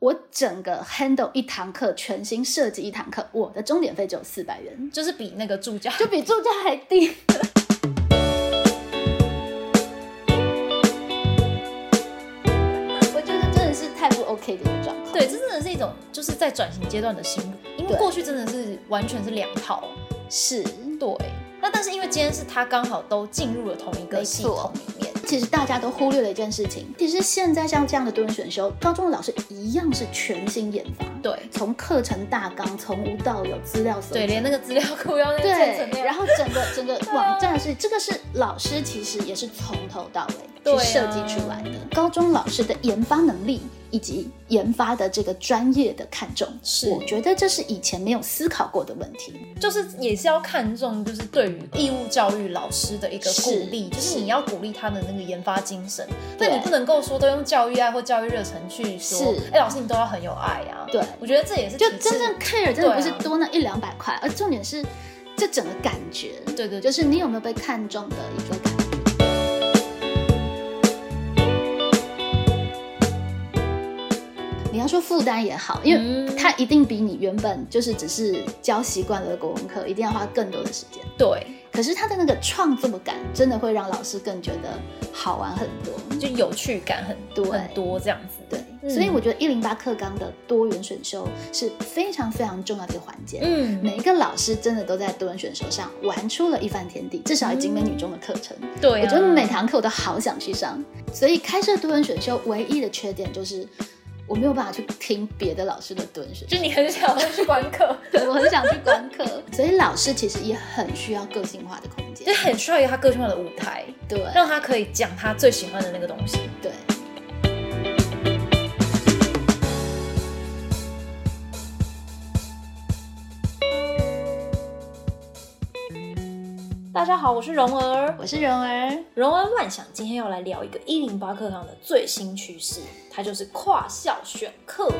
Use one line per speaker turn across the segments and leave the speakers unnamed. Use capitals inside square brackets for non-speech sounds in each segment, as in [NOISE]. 我整个 handle 一堂课，全新设计一堂课，我的钟点费只有四百元，
就是比那个助教
就比助教还低。 [LAUGHS] 我觉得真的是太不 OK 的一个状况。
对，这真的是一种就是在转型阶段的心路，因为
对
过去真的是完全是两套。
是，
对，那但是因为今天是他刚好都进入了同一个
没
系
错
统里面，
其实大家都忽略了一件事情，其实现在像这样的多元选修，高中的老师一样是全新研发，
对
从课程大纲，从无到有资料搜集
对，连那个资料库要那个建成那
对，然
样，啊
后整个整
[LAUGHS]
个网站是这个是老师其实也是从头到
对
尾
啊
去设计出来的。高中老师的研发能力以及研发的这个专业的看重，
是
我觉得这是以前没有思考过的问题。
就是也是要看重就是对于义务教育老师的一个鼓
是
励，就是
是
你要鼓励他的那个研发精神，那
对
你不能够说都用教育爱或教育热忱去说
是，
哎，老师你都要很有爱啊。
对，
我觉得这也是
就
体制
真正 care 真的不是
对啊
多那一两百块，而重点是这整个感觉，
对对对
就是你有没有被看中的一个感觉。你要说负担也好，因为
嗯
它一定比你原本就是只是教习惯了的国文课，一定要花更多的时间。
对，
可是它的那个创作感，真的会让老师更觉得好玩很多。
就有趣感很
对
很多这样子。
对，
嗯
所以我觉得一零八课纲的多元选修是非常非常重要的一个环节。
嗯，
每一个老师真的都在多人选手上玩出了一番天地，至少景美女中的课程，
对、啊，
我觉得每堂课我都好想去上。所以开设多人选修唯一的缺点就是我没有办法去听别的老师的多人选
就
修，
你很想要去观课， [LAUGHS]
对我很想去观课。所以老师其实也很需要个性化的空
就
间，
很需要一个他个性化的舞台，
对
让他可以讲他最喜欢的那个东西。
对。
大家好，我是蓉儿，
我是蓉儿，
蓉儿乱想今天要来聊一个一零八课堂的最新趋势，它就是跨校选课。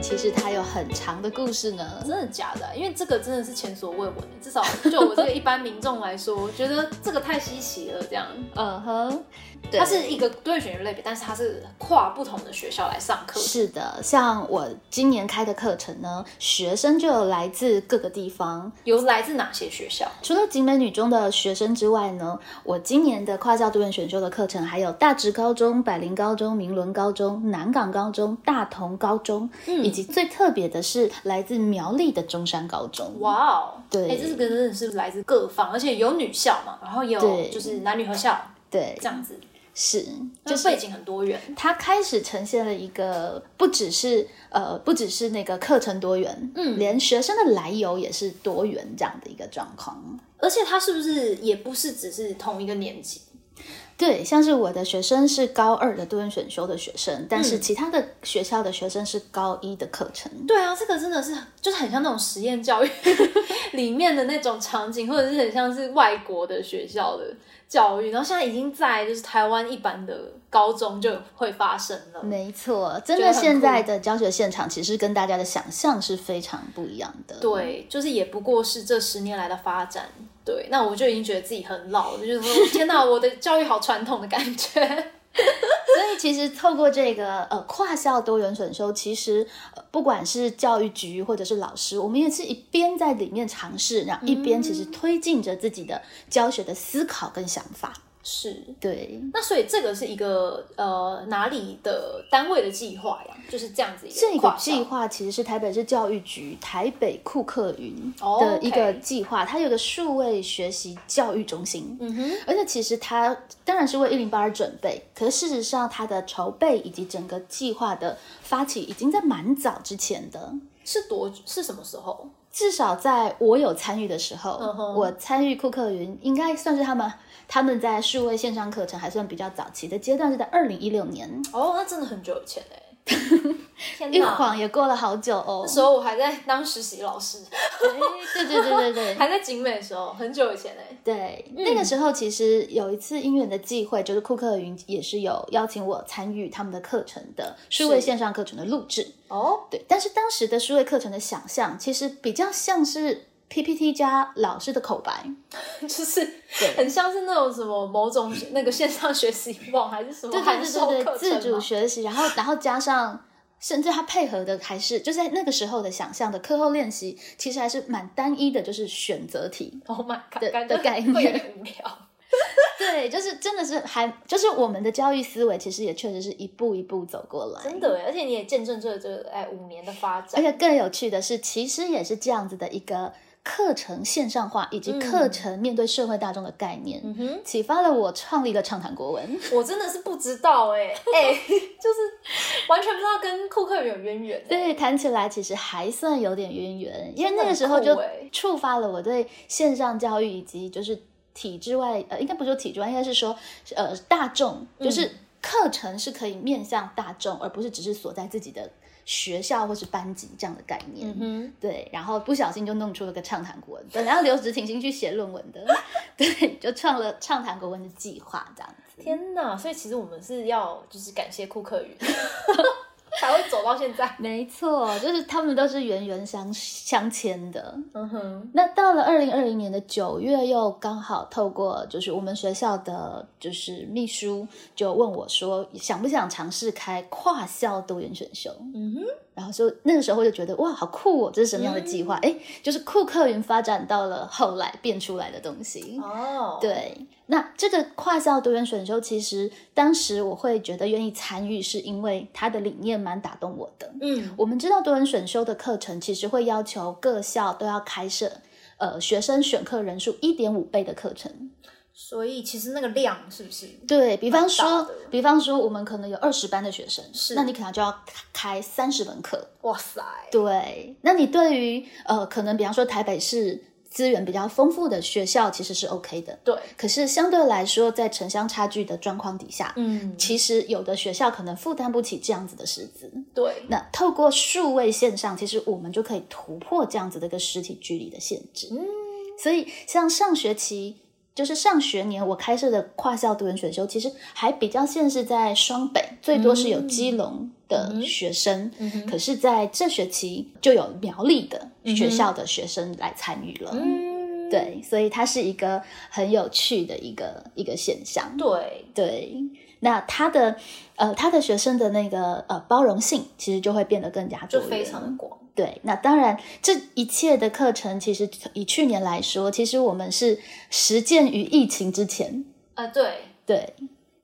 其实它有很长的故事呢
真。的假的啊、因为这个真的是前所未闻的，至少就我这个一般民众来说，我觉得这个太稀奇了。这样，
嗯哼，对
它是一个多元选修类别，但是它是跨不同的学校来上课。
是的，像我今年开的课程呢，学生就有来自各个地方，
有来自哪些学校？
除了景美女中的学生之外呢，我今年的跨校多元选修的课程还有大直高中、百灵高中、明伦高中、南港高中、大同高中，
嗯
以及最特别的是来自苗栗的中山高中。
哇哦，
对
哎、这个真的是来自各方，而且有女校嘛，然后也
对
有就是男女合校
对
这，样子，
是，
就
就是是
背景很多元。
它开始呈现了一个不只是呃，不只是那个课程多元，嗯，连学生的来由也是多元这样的一个状况。
而且它是不是也不是只是同一个年级？
对，像是我的学生是高二的多元选修的学生，但
嗯
是其他的学校的学生是高一的课程。
对啊，这个真的是就是很像那种实验教育 [LAUGHS] 里面的那种场景，或者是很像是外国的学校的教育，然后现在已经在就是台湾一般的高中就会发生了。
没错，真
觉
的
得很
现
酷
在的教学现场其实跟大家的想象是非常不一样的。，
对，就是也不过是这十年来的发展。对，那我就已经觉得自己很老了，就是说天哪，我的教育好传统的感觉。 [LAUGHS]
所以其实透过这个呃跨校多元选修，其实、呃不管是教育局或者是老师，我们也是一边在里面尝试，然后一边其
嗯
实推进着自己的教学的思考跟想法。
是，
对，
那所以这个是一个呃哪里的单位的计划呀？就是这样子一个
这个
跨校
计划其实是台北市教育局台北库克云
哦
的一个
OK
计划它有个数位学习教育中心。
嗯哼，
而且其实它当然是为一零八而准备，可是事实上它的筹备以及整个计划的发起已经在蛮早之前的。
是多是什么时候？
至少在我有参与的时候
嗯哼
我参与库克云应该算是他们他们在数位线上课程还算比较早期的阶段，是在二零一六年，
哦，那真的很久以前哎、天
一
哪！
晃也过了好久哦
那。时候我还在当实习老师，
对对对对 [LAUGHS] 对，
还在景美的时候，很久以前哎、
对，
嗯
那个时候其实有一次因缘的际会，就是库克云也是有邀请我参与他们的课程的数位
是
线上课程的录制。
哦，
对，但是当时的数位课程的想象，其实比较像是 PPT 加老师的口白，
哦就是
对
很像是那种什么某种那个线上学习网还是什么
对对
函授
对对
课
对，
程啊
自主
嘛
学习，然后然后加上，甚至他配合的还是就是在那个时候的想象的课后练习，其实还是蛮单一的，就是选择题。
，Oh my god，
的
感觉
的概念
会有点无聊。
对，就是真的是还就是我们的教育思维，其实也确实是一步一步走过来。
[LAUGHS] 真的耶，而且你也见证这这哎五年的发
而
展， [LAUGHS]
且更有趣的是，其实也是这样子的一个课程线上化以及
嗯
课程面对社会大众的概念，
嗯哼，
启发了我创立了畅谈国文。
我真的是不知道哎、哎、 [LAUGHS] 就是完全不知道跟库克有渊源、欸。
对，谈起来其实还算有点渊源，因为
真
那
的
个
很
时候
酷
就
欸
触发了我对线上教育以及就是体制外，呃，应该不是说体制外，应该是说呃大众，就是课程是可以面向大众，而不是只是锁在自己的学校或是班级这样的概念。
嗯哼，
对，然后不小心就弄出了个畅谈国文，本来要留职停薪去写论文的， [LAUGHS] 对，就创了畅谈国文的计划这样子。
天哪！所以其实我们是要就是感谢库克 [LAUGHS] 语，才会走到现在。
没错，就是他们都是源源相相牵的。
嗯哼，
那到了二零二零年的九月，又刚好透过就是我们学校的就是秘书就问我说，想不想尝试开跨校多元选修？
嗯哼，
然后就那个时候就觉得哇，好酷哦，这是什么样的计
嗯
划？哎、就是库克云发展到了后来变出来的东西。
哦，，
对，那这个跨校多元选修，其实当时我会觉得愿意参与，是因为它的理念蛮打动我的。
嗯，
我们知道多元选修的课程其实会要求各校都要开设，呃，学生选课人数一点五倍的课程。
所以其实那个量是不是？
对比方
蛮大
说
的，
比方说我们可能有二十班的学生，
是
那你可能就要开三十门课。
哇塞，
对，那你对于呃，可能比方说台北市资源比较丰富的学校，其实是 OK 的。
对，
可是相对来说，在城乡差距的状况底下，
嗯，
其实有的学校可能负担不起这样子的师资。
对，
那透过数位线上，其实我们就可以突破这样子的一个实体距离的限制。
嗯，
所以像上学期，就是上学年我开设的跨校读研选修，其实还比较限是在双北，最多是有基隆的学生。
嗯哼
可是在这学期就有苗栗的学校的学生来参与了。
嗯，
对，所以它是一个很有趣的一个一个现象。
对，
对，那他的呃，他的学生的那个呃包容性，其实就会变得更加
就
多元
非常的广。
对。那当然，这一切的课程，其实以去年来说，其实我们是实践于疫情之前，
啊，对，
对，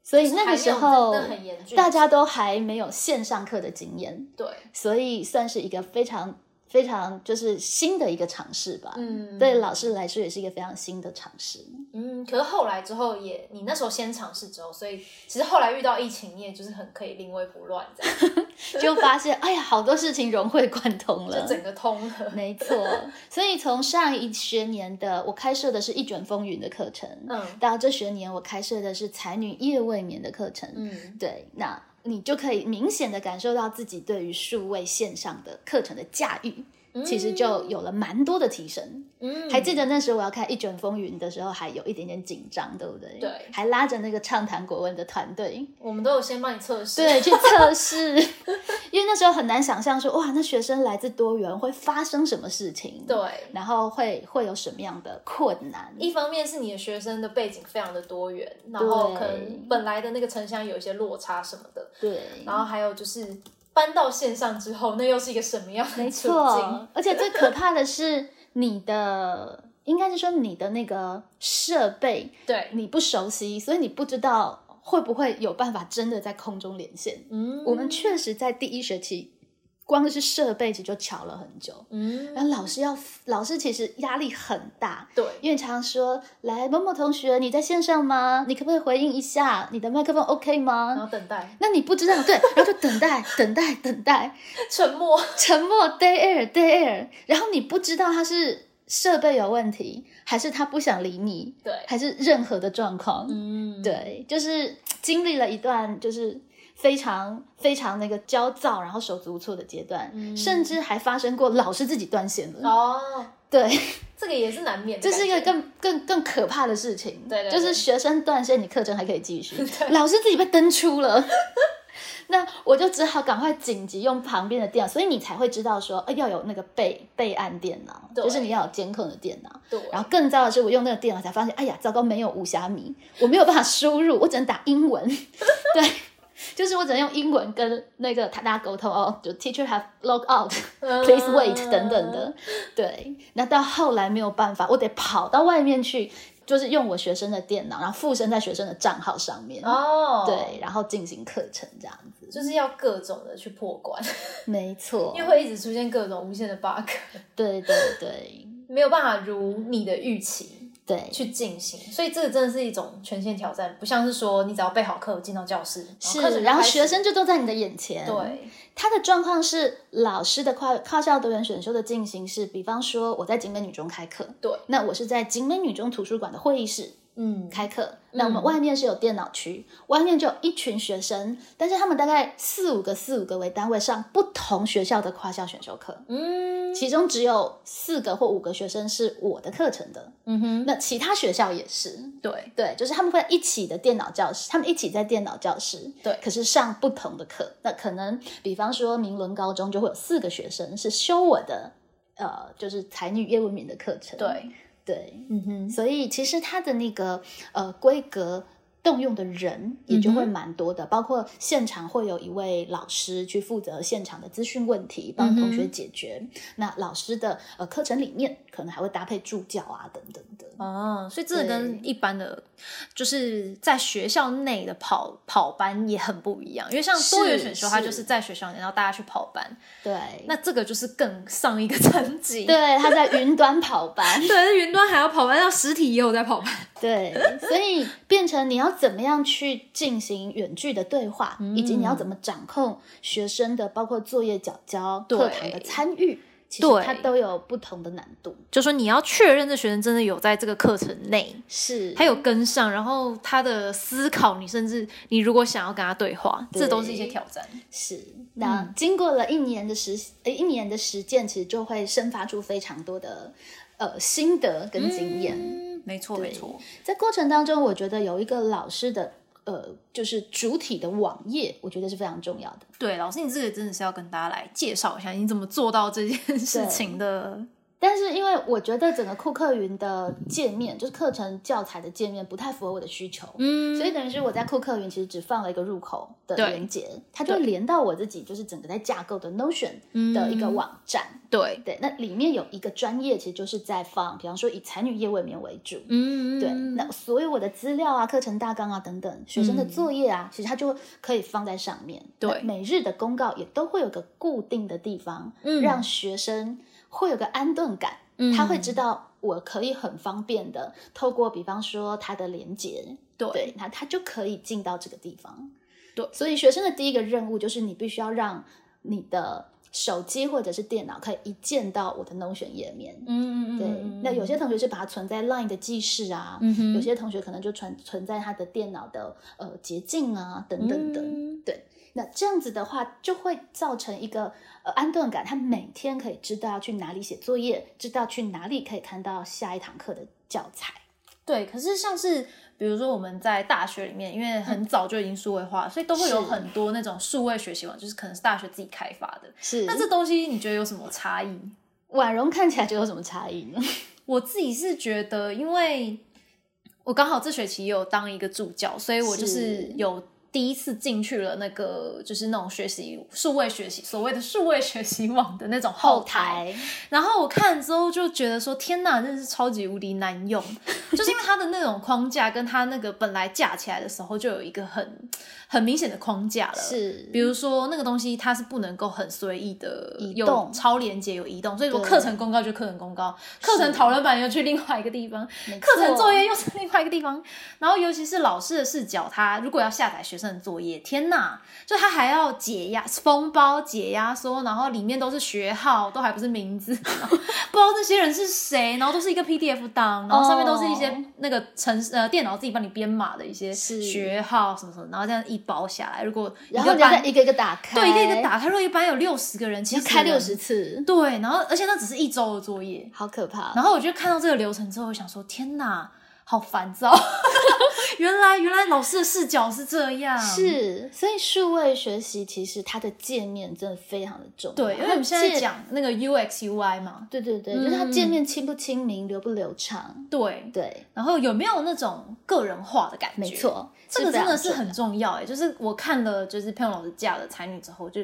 所以
就是
哎那
还
个
没
时
有
候
真的很严峻
大家都还没有线上课的经验，
对，
所以算是一个非常非常就是新的一个尝试吧。
嗯，
对老师来说，也是一个非常新的尝
[LAUGHS]
试。
嗯，可是后来之后也，你那时候先尝试之后，所以其实后来遇到疫情，你也就是很可以临危不乱这样，
就发现，哎呀，好多事情融会贯通了，
就整个通了。
嗯没错，所以从上一学年的我开设的是一卷风云的课程，
嗯
到这学年我开设的是才女夜未眠的课程。
嗯，
对，那你就可以明显的感受到自己对于数位线上的课程的驾驭，其实就有了蛮多的提升。
嗯
还记得那时候我要看《一卷风云》的时候，还有一点点紧张，对不对？
对
还拉着那个畅谈国文的团队，
我们都有先帮你测试。
对，去测试， [LAUGHS] 因为那时候很难想象说，哇，那学生来自多元会发生什么事情，，
对，
然后会会有什么样的困难，
一方面是你的学生的背景非常的多元，然后
对
可能本来的那个城乡有一些落差什么的，
对，
然后还有就是搬到线上之后，那又是一个什么样的
没
处
错
境？，
而且最可怕的是你的。应该是说你的那个设备
对，
你不熟悉，所以你不知道会不会有办法真的在空中连线。
嗯，
我们确实在第一学期，光是设备就瞧了很久，
嗯，
然后老师要老师其实压力很大，
对，
因为常说，来某某同学，你在线上吗？你可不可以回应一下？你的麦克风 OK
然
吗？
后等
[LAUGHS]
待，
那你不知道，对，然后就等待，等待，等待，
沉默，
沉默，day [LAUGHS] air，day air，然后你不知道他是设备有问题，还是他不想理你，
对
还是任何的状况，
嗯，
对，就是经历了一段就是非常非常那个焦躁，然后手足无措的阶段，
嗯
甚至还发生过老师自己断线了，
哦，
对。
这个也是难免的
这
感觉，
是一个更更更可怕的事情，
对对对
[LAUGHS]
[LAUGHS]
就是学生断线，你课程还可以继续，老师自己被登出了。那我就只好赶快紧急用旁边的电脑，所以你才会知道说，呃，要有那个备备案电脑，
对
就是你要有监控的电脑。
对，
然后更糟的是，我用那个电脑才发现，哎呀，糟糕，没有无虾米，我没有办法输入，我只能打英文。 [LAUGHS] 对，就是我只能用英文跟那个大家沟通哦，就 teacher have log out。Please [LAUGHS] wait 等等
嗯
的， [LAUGHS] 对。那到后来没有办法，我得跑到外面去，就是用我学生的电脑，然后附身在学生的账号上面，
哦，
对，，然后进行课程这样子。
就是要各种的去破关，
没错
因，为会一直出现各种无限的 bug，
对对对
没有办法如你的预期
对，
去进行，所以这个真的是一种全新的挑战，不像是说你只要备好课进到教室，然后课程
是。
就
然后
开始
学生就都在你的眼前，。
对，
他的状况是，老师的跨跨校多元选修的进行是，比方说我在景美女中开课，
对，
那我是在景美女中图书馆的会议室，
嗯，
开课，那我们
嗯
外面是有电脑区，外面就有一群学生，但是他们大概四五个、四五个为单位上不同学校的跨校选修课，
嗯
其中只有四个或五个学生是我的课程的，
嗯哼，
那其他学校也是。
对
对，就是他们会在一起的电脑教室，他们一起在电脑教室，
对
可是上不同的课。那可能，比方说明伦高中就会有四个学生是修我的，呃，就是才女叶文敏的课程，
对，
对，
嗯哼，
所以其实它的那个呃规格动用的人也就会
嗯哼
蛮多的，包括现场会有一位老师去负责现场的资讯问题，帮同学
嗯哼
解决。那老师的呃课程理念可能还会搭配助教啊等等的。
哦，所以这个
对
跟一般的，就是在学校内的跑跑班也很不一样，因为像多元
是
选修，它就是
是
在学校内，然后大家去跑班，
对，
那这个就是更上一个 [LAUGHS] 层级。，
对他在云端跑班 [LAUGHS]
对，云端还要跑班，要实体也有在跑班。
对，所以变成你要怎么样去进行远距的对话，以及你要怎么掌控学生的包括作业缴交、课堂的
对
参与，其实
对
它都有不同的难度。
就说你要确认这学生真的有在这个课程内，
是，
他有跟上，然后他的思考，你甚至你如果想要跟他对话，这都是一些挑战。
是，那经过了一年的实呃一年的实践，其实就会生发出非常多的呃心得跟经验。
嗯，没错没错，
在过程当中，我觉得有一个老师的呃就是主体的网页，我觉得是非常重要的。
对，老师你这个真的是要跟大家来介绍一下，你怎么做到这件事情的？
但是因为我觉得整个库克云的界面，就是课程教材的界面不太符合我的需求。
嗯
所以等于是我在库克云其实只放了一个入口的
对
连接，它就会连到我自己就是整个在架构的 Notion 的一个
嗯
网站。
对，
对，那里面有一个专业，其实就是在放，比方说以才女夜未眠为主。
嗯
对，那所有我的资料啊、课程大纲啊等等，学生的作业啊，其实它就可以放在上面。
嗯对
那每日的公告也都会有个固定的地方，
嗯
让学生会有个安顿感，
嗯
他会知道我可以很方便的透过，比方说它的连接，
对
对，那他就可以进到这个地方。
对
所以学生的第一个任务就是你必须要让你的手机或者是电脑可以一键到我的 Notion 页面。
嗯嗯嗯，
对，
嗯
那有些同学是把它存在 Line 的记事啊，
嗯哼
有些同学可能就存存在他的电脑的呃捷径啊等等等。
嗯
对，那这样子的话，就会造成一个呃安顿感，他每天可以知道去哪里写作业，知道去哪里可以看到下一堂课的教材。
对，可是像是比如说我们在大学里面，因为很早就已经数位化，所以都会有
嗯是
很多那种数位学习网，就是可能是大学自己开发的。
是
那
那
这
这
东西你觉得有什么差异？
婉容看起来就有什么差异呢？
我自己是觉得，因为我刚好这学期也有当一个助教，所以我就是
是
有第一次进去了那个就是那种学习数位学习所谓的数位学习网的那种后台。然后我看了之后就觉得说，天哪，真的是超级无敌难用，就是因为它的那种框架跟它那个本来架起来的时候就有一个很很明显的框架了。
是，
呃比如说那个东西它是不能够很随意的
移
有
动
超连接有移动，所以说
对
课程公告就课程公告，课程讨论版又去另外一个地方，
没错
课程作业又是另外一个地方。然后尤其是老师的视角，他如果要下载学生的作业，天哪，就他还要解压封包解压缩，然后里面都是学号，都还不是名字，然后不 [LAUGHS] 知道这些人是谁，然后都是一个 PDF 档，然后上面都是一些
哦
那个程式呃电脑自己帮你编码的一些
是
学号什么什么，然后这样一包下来，如果
然后
一
你
个
再
班
一个一个打开，
对，一个一个，打开。如果一般有六十个人，其
要
实
开六十，次，
对，然后而且那只是一周的作业。
好可怕。
然后我就看到这个流程之后，我想说，天哪，好烦躁， [LAUGHS] 原来原来老师的视角是这样，
是，所以数位学习其实它的界面真的非常的重要。
对，因为我们现在，讲嗯那个 UX UI 嘛，
对对对，就是它界面清不清明，流不流畅，
对，
对，
然后有没有那种个人化的感觉？
没，错，
这个真的是
非常重
很重要哎、就是我看了就是佩蓉老师嫁了才女之后，就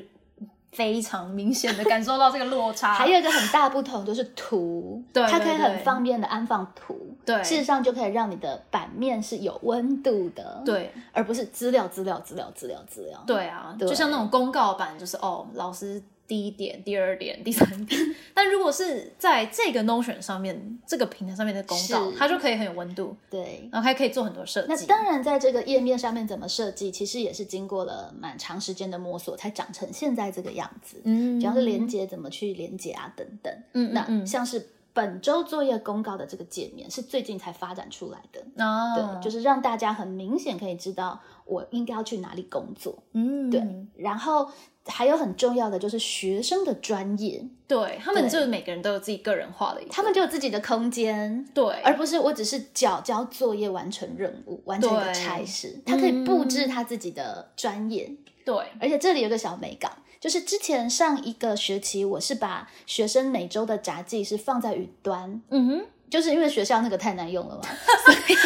非常明显的感受到这个落差。
还有一个很大不同就是图，
[LAUGHS] 对对
它可以很
对
方便的安放图，
对
事实上就可以让你的版面是有温度的，，
对
而不是资料资料资料资料资料，
对啊，
对
就像那种公告版，就是哦，老师第一点、第二点、第三点。 [LAUGHS] 但如果是在这个 Notion 上面，这个平台上面的公告，
是
它就可以很有温度，
对。
然后还可以做很多设
那
计。
当然，在这个页面上面怎么设计，其实也是经过了蛮长时间的摸索，才长成现在这个样子。
嗯
主要是连，接怎么去连接啊，等等。
嗯嗯
那
嗯，
像是本周作业公告的这个界面，是最近才发展出来的。
哦
对，就是让大家很明显可以知道我应该要去哪里工作。
嗯，
对然后还有很重要的就是学生的专业，
对，他们
对
就是每个人都有自己个人化的一个，
他们就有自己的空间，
对，
而不是我只是缴交作业、完成任务、完成一个
对
差事。他可以布置他自己的专业，
对，
而且这里有个小美感，就是之前上一个学期，我是把学生每周的杂技是放在云端，
嗯哼，
就是因为学校那个太难用了嘛， [LAUGHS] 所以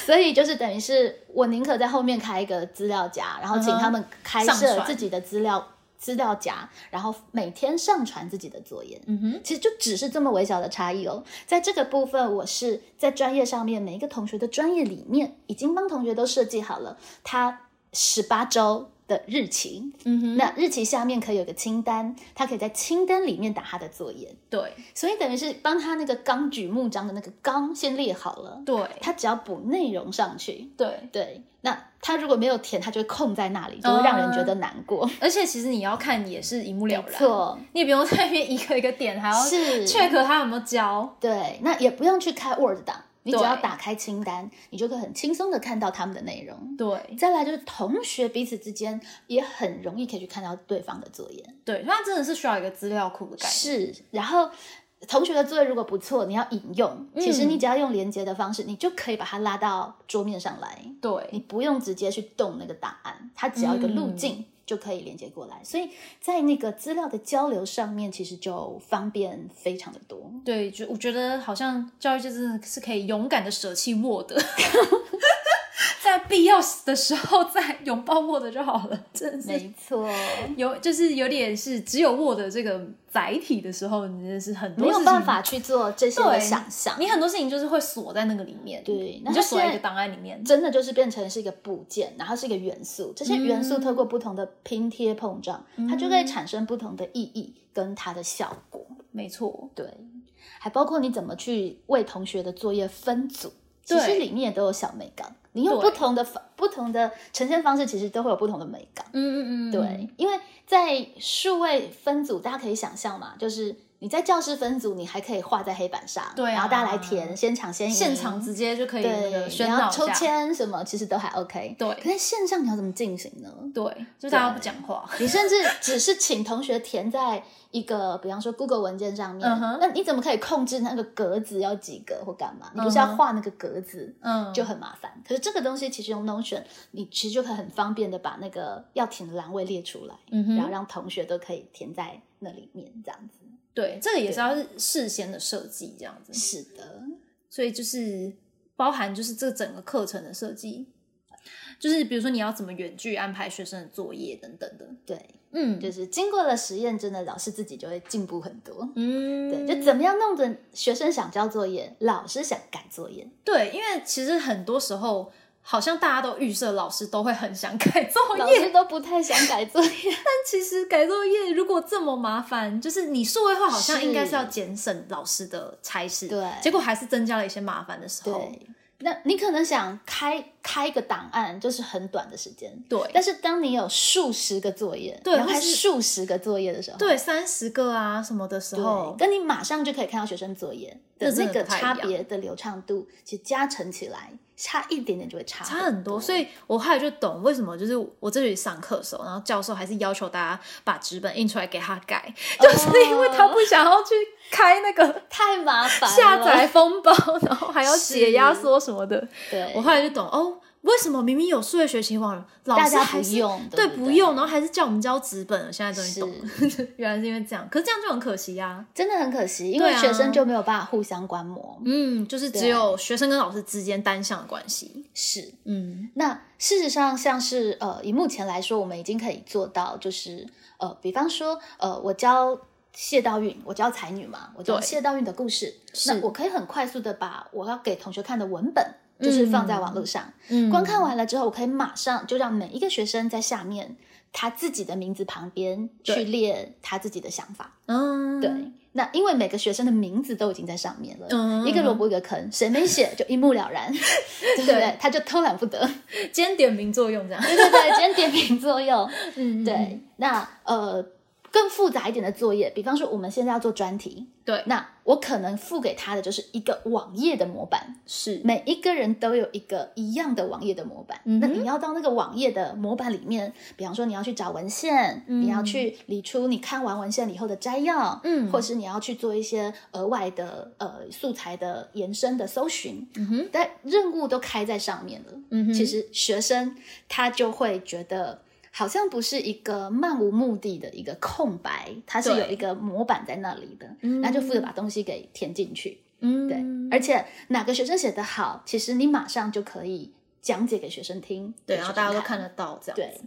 [LAUGHS] 所以就是等于是我宁可在后面开一个资料夹，然后请
嗯哼
他们开
上
设
传
自己的资料资料夹，然后每天上传自己的作业。
嗯哼，
其实就只是这么微小的差异哦，在这个部分，我是在专业上面每一个同学的专业里面，已经帮同学都设计好了他十八周的日期。
嗯哼，
那日期下面可以有个清单，他可以在清单里面打他的作业，
对
所以等于是帮他那个纲举目章的那个纲先列好了，
对
他只要补内容上去。
对，
对，那他如果没有填，他就会空在那
哦
里，就会让人觉得难过。
而且其实你要看也是一目了
没
然，
错，
你也不用在那边一个一个点，还要
是
check 他有没有交，
对，那也不用去开 Word 档，你只要
对
打开清单，你就可以很轻松的看到他们的内容。
对
再来就是同学彼此之间也很容易可以去看到对方的作业，
对，所以它真的是需要一个资料库的概念，
是。然后同学的作业如果不错，你要引用，其实
嗯
你只要用连接的方式，你就可以把它拉到桌面上来，你
对
不用直接去动那个档案，它只要一个
嗯
路径。就可以连接过来，所以在那个资料的交流上面，其实就方便非常的多。
对，就我觉得好像教育界真的是可以勇敢的舍弃 Word。在必要的时候再拥抱 Word 就好了，真的是
没错，
有就是有点是只有 Word 这个载体的时候，你真的是很多
没有
事情
办法去做这些的
对
想象。
你很多事情就是会锁在那个里面，
对那
你
它
就锁
现
在
在
一个档案里面，
真的就是变成是一个部件，然后是一个元素，这些元
嗯
素透过不同的拼贴碰撞，它就会产生不同的意义跟它的效果。
没错，
对，还包括你怎么去为同学的作业分组，其实
对
里面也都有小美感。你用不
对
同的方、不同的呈现方式，其实都会有不同的美感。
嗯嗯嗯，
对，因为在数位分组，大家可以想象嘛，就是你在教室分组，你还可以画在黑板上，
对啊
然后大家来填，先抢先赢，
现场直接就可以那
对
个，喧
然后
闹一
抽
下，
签什么，其实都还 OK。
对
可在线上你要怎么进行呢？
对，就大家不讲话，
你甚至只是请同学填在一个，比方说 Google 文件上面
嗯哼
那你怎么可以控制那个格子要几个或干嘛？你不是要
嗯哼
画那个格子
嗯，
就很麻烦。可是这个东西其实用 Notion，你其实就可以很方便的把那个要填的栏位列出来，
嗯哼
然后让同学都可以填在那里面，这样子。
对，这个也是要事先的设计这样子，
是的，
所以就是包含就是这整个课程的设计，就是比如说你要怎么远距安排学生的作业等等的，
对，
嗯，
就是经过了实验，真的老师自己就会进步很多。
嗯，
对，就怎么样弄得学生想交作业，老师想改作业。
对，因为其实很多时候。好像大家都预设老师都会很想改作业，
老师都不太想改作业，
其实改作业如果这么麻烦，就是你数位化好像应该是要节省老师的差事，
对
结果还是增加了一些麻烦的时候，
对。那你可能想开开一个档案，就是很短的时间，
对
但是当你有数十个作业，
对
然后
或
还
是
数十个作业的时候，
对三十个啊什么的时候
对，，跟你马上就可以看到学生作业的
这真
那
的
个
不太一
差
样
别的流畅度，其实加成起来差一点点就会差
差很多，所以我后来就懂为什么，就是我这里上课的时候，然后教授还是要求大家把纸本印出来给他改， [LAUGHS] 就是因为他不想要去开那个
太麻烦了。
下载封包，然后还要解压缩什么的。
对，
我后来就懂哦，为什么明明有数学学习网，老
大
师
家
还
不
是
用，
对
不
不用，然后还是叫我们教纸本了。现在终于
是嗯
懂了，原来是因为这样，可是这样就很可惜啊呀、
真的很可惜，因
对
为
啊
学生就没有办法互相观摩。
嗯，就是
啊
只有学生跟老师之间单向的关系。
是，
嗯，
那事实上，像是呃，以目前来说，我们已经可以做到，就是呃，比方说呃，我教谢道韫，我教才女嘛，我教
对
谢道韫的故事，
是
那我可以很快速的把我要给同学看的文本，就是放在网络上，
嗯
观看完了之后，我可以马上就让每一个学生在下面他自己的名字旁边去
对
列他自己的想法。
嗯，
对，那因为每个学生的名字都已经在上面了，
嗯
一个萝卜一个坑，谁没写就一目了
[LAUGHS]
然，对不对？他就偷懒不得，
兼点名作用这样。
对对 [LAUGHS] 对，今天点评作用。
[LAUGHS] 嗯，
对，那呃，更复杂一点的作业，比方说我们现在要做专题，
对，
那我可能付给他的就是一个网页的模板，
是
每一个人都有一个一样的网页的模板，
嗯哼
那你要到那个网页的模板里面，比方说你要去找文献，
嗯
你要去理出你看完文献以后的摘要，
嗯
或是你要去做一些额外的呃素材的延伸的搜寻，
嗯哼，
但任务都开在上面了。
嗯哼，
其实学生他就会觉得。好像不是一个漫无目的的一个空白，它是
对
有一个模板在那里的，
嗯
那就负责把东西给填进去。
嗯，
对，而且哪个学生写得好，其实你马上就可以讲解给学生听，
对，
给
然
学
后
生
大家都看得到这样。
对，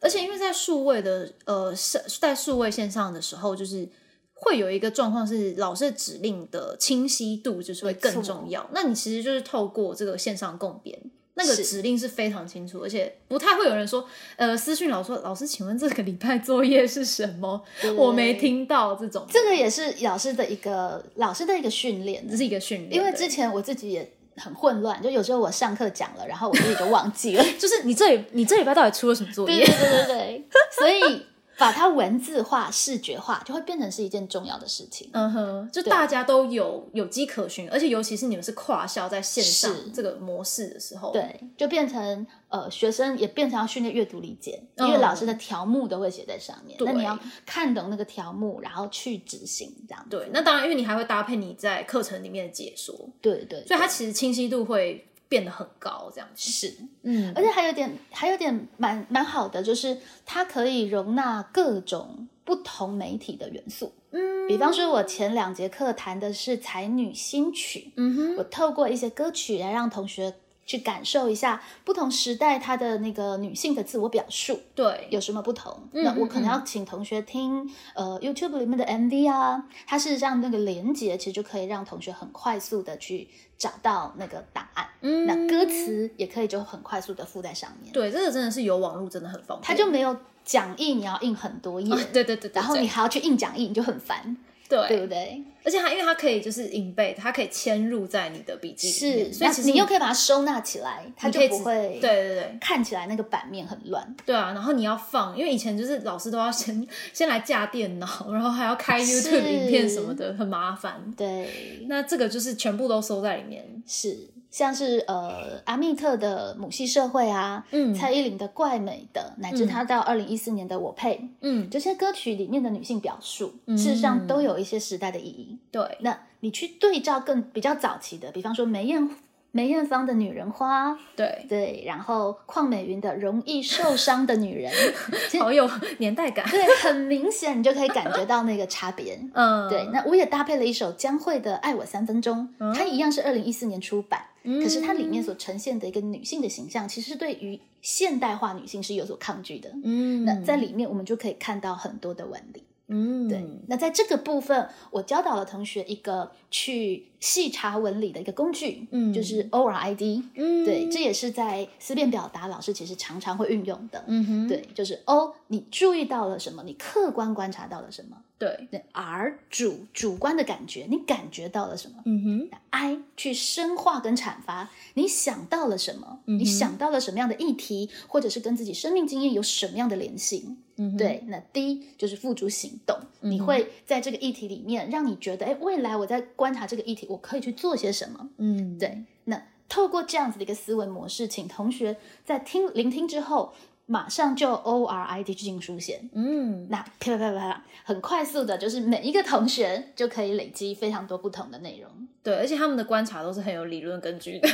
而且因为在数位的呃是在数位线上的时候，就是会有一个状况是老师的指令的清晰度就是会
没
更
错
重要。那你其实就是透过这个线上共编。那个
是
指令是非常清楚，而且不太会有人说，呃，私讯老师说，老师，请问这个礼拜作业是什么？
对
我没听到这种，
这个也是老师的一个老师的一个训练，啊
这是一个训练的，
因为之前我自己也很混乱，就有时候我上课讲了，然后我自己就忘记
[LAUGHS]
了，
就是你这里你这礼拜到底出了什么作
对
业
对？对对对， [LAUGHS] 所以把它文字化、视觉化，就会变成是一件重要的事情。
嗯哼，就大家都有有迹可循，而且尤其是你们是跨校在线上
是
这个模式的时候，，
对，就变成呃，学生也变成要训练阅读理解，因
嗯
为老师的条目都会写在上面，那
对
你要看懂那个条目，然后去执行这样子。
对，那当然，因为你还会搭配你在课程里面的解说，
对对，
所以它其实清晰度会变得很高，这样子。
是，
嗯
而且还有点还有点蛮蛮好的，就是它可以容纳各种不同媒体的元素。
嗯
比方说，我前两节课谈的是才女新曲，
嗯哼，
我透过一些歌曲来让同学去感受一下不同时代她的那个女性的自我表述。
对，
有什么不同？
嗯
那
嗯
我可能
嗯
要请同学听呃 YouTube 里面的 MV 啊，它事实上那个连接其实就可以让同学很快速的去找到那个档案，
嗯
那歌词也可以就很快速的附在上面，
对，这个真的是有网络真的很方便，
它就没有讲义你要印很多页，
啊对对对，对
然后你
对
还要去印讲义，你就很烦，对不
对，
对？
而且它因为它可以就是隐背，它可以嵌入在你的笔记里
是
面，，所
那
以其实
你又可以把它收纳起来，它
你
就
可以
不
直
会
对对对。
看起来那个版面很乱。
对啊，然后你要放，因为以前就是老师都要先先来架电脑，然后还要开
是
YouTube 影片什么的，很麻烦。
对，
那这个就是全部都收在里面。
是，像是呃阿密特的母系社会啊，
嗯
蔡依林的怪美的，乃至
嗯
她到二零一四年的我配，
嗯，
这些歌曲里面的女性表述，事实上都有一些时代的意义。
对，
那你去对照更比较早期的，比方说梅艳梅艳芳的《女人花》，
对，
对，然后邝美云的《容易受伤的女人》， [LAUGHS] 其实
好有年代感。
对，很明显你就可以感觉到那个差别。
[LAUGHS]
[LAUGHS]
嗯，
对，那我也搭配了一首江蕙的《爱我三分钟》，它一样是二零一四年出版，
嗯
可是它里面所呈现的一个女性的形象，其实对于现代化女性是有所抗拒的。
嗯，
那在里面我们就可以看到很多的纹理。
嗯
对，那在这个部分，我教导了同学一个去细查纹理的一个工具，
嗯
就是 ORID。
嗯
对，这也是在思辨表达老师其实常常会运用的。
嗯哼
对，就是 O，你注意到了什么？你客观观察到了什么？
对
对 R 主主观的感觉，你感觉到了什么
嗯哼
？I 去深化跟阐发，你想到了什么？
嗯哼
你想到了什么样的议题，或者是跟自己生命经验有什么样的联系？
嗯哼
对，那 D 就是付诸行动，
嗯哼
你会在这个议题里面，让你觉得，哎，未来我在观察这个议题，我可以去做些什么？
嗯
对，那透过这样子的一个思维模式，请同学在听聆听之后，马上就 O R I D 进书写，
嗯，
那啪啪啪啪啪，很快速的，就是每一个同学就可以累积非常多不同的内容。
对，而且他们的观察都是很有理论根
[LAUGHS]
据的，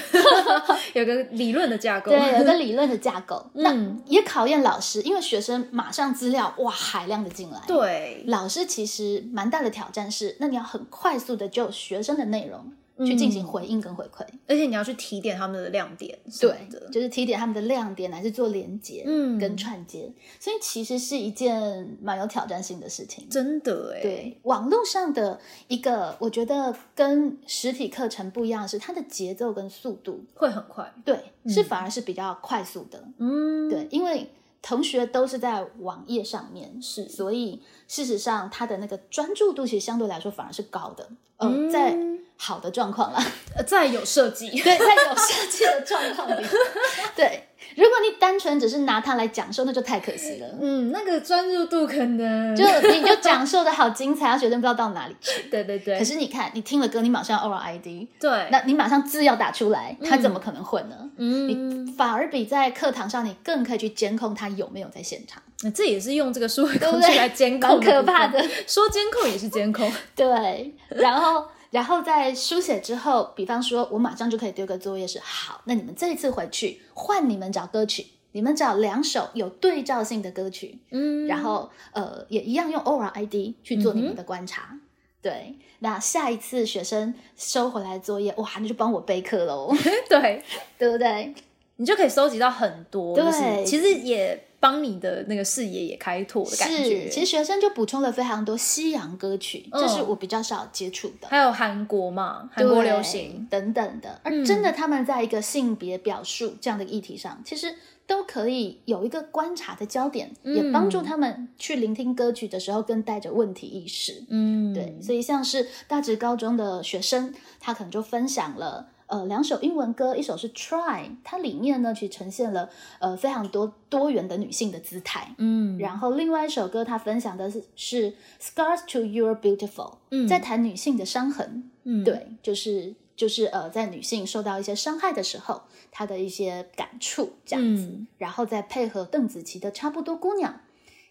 有个理论的架构。
对，有个理论的架构，那
嗯
也考验老师，因为学生马上资料哇海量的进来，
[LAUGHS] 对，
老师其实蛮大的挑战是，那你要很快速的就学生的内容
嗯
去进行回应跟回馈，
而且你要去提点他们的亮点什么
对
的，。
就是提点他们的亮点来去做连接，
嗯
跟串接，所以其实是一件蛮有挑战性的事情。
真的哎，
对，网络上的一个，我觉得跟实体课程不一样的是，它的节奏跟速度，
会很快。
对，是反而是比较快速的，
嗯，
对，因为同学都是在网页上面，
是
所以事实上他的那个专注度其实相对来说反而是高的，呃，在
嗯
好的状况啦， [LAUGHS]
呃再有设计，
对，在有设计的状况里， [LAUGHS] 对，如果你单纯只是拿它来讲授，那就太可惜了。
[LAUGHS] 嗯，那个专注度可能
就你就讲授的好精彩，让学生不知道到哪里去。
对对对，
可是你看，你听了歌，你马上 O R I D，
对，
那你马上字要打出来，他怎么可能混呢？
嗯，
反而比在课堂上，你更可以去监控他有没有在现场。
那这也是用这个数位
对
工
不
具
对
来监控，
蛮可怕的。
说监控也是
[LAUGHS]
监控，
对，然后然后在书写之后，比方说我马上就可以丢个作业是好，那你们这一次回去换你们找歌曲，你们找两首有对照性的歌曲，
嗯，
然后呃也一样用 O R I D 去做你们的观察。对，那下一次学生收回来作业，哇，那就帮我备课
[LAUGHS]
喽，
对，
对不对？
你就可以收集到很多，
对
就是其实也帮你的那个视野也开拓的感觉。
是，其实学生就补充了非常多西洋歌曲，这是
嗯
我比较少接触的。
还有韩国嘛，韩国流行，
对等等的，
嗯
而真的他们在一个性别表述这样的议题上，其实都可以有一个观察的焦点，
嗯
也帮助他们去聆听歌曲的时候更带着问题意识。
嗯，
对，所以像是大职高中的学生，他可能就分享了。呃，两首英文歌，一首是《Try》，它里面呢去呈现了呃非常多多元的女性的姿态。
嗯，
然后另外一首歌，他分享的是是《Scars to Your Beautiful》，
嗯
在谈女性的伤痕。
嗯，
对，就是就是呃，在女性受到一些伤害的时候，她的一些感触这样子，
嗯
然后再配合邓紫棋的《差不多姑娘》，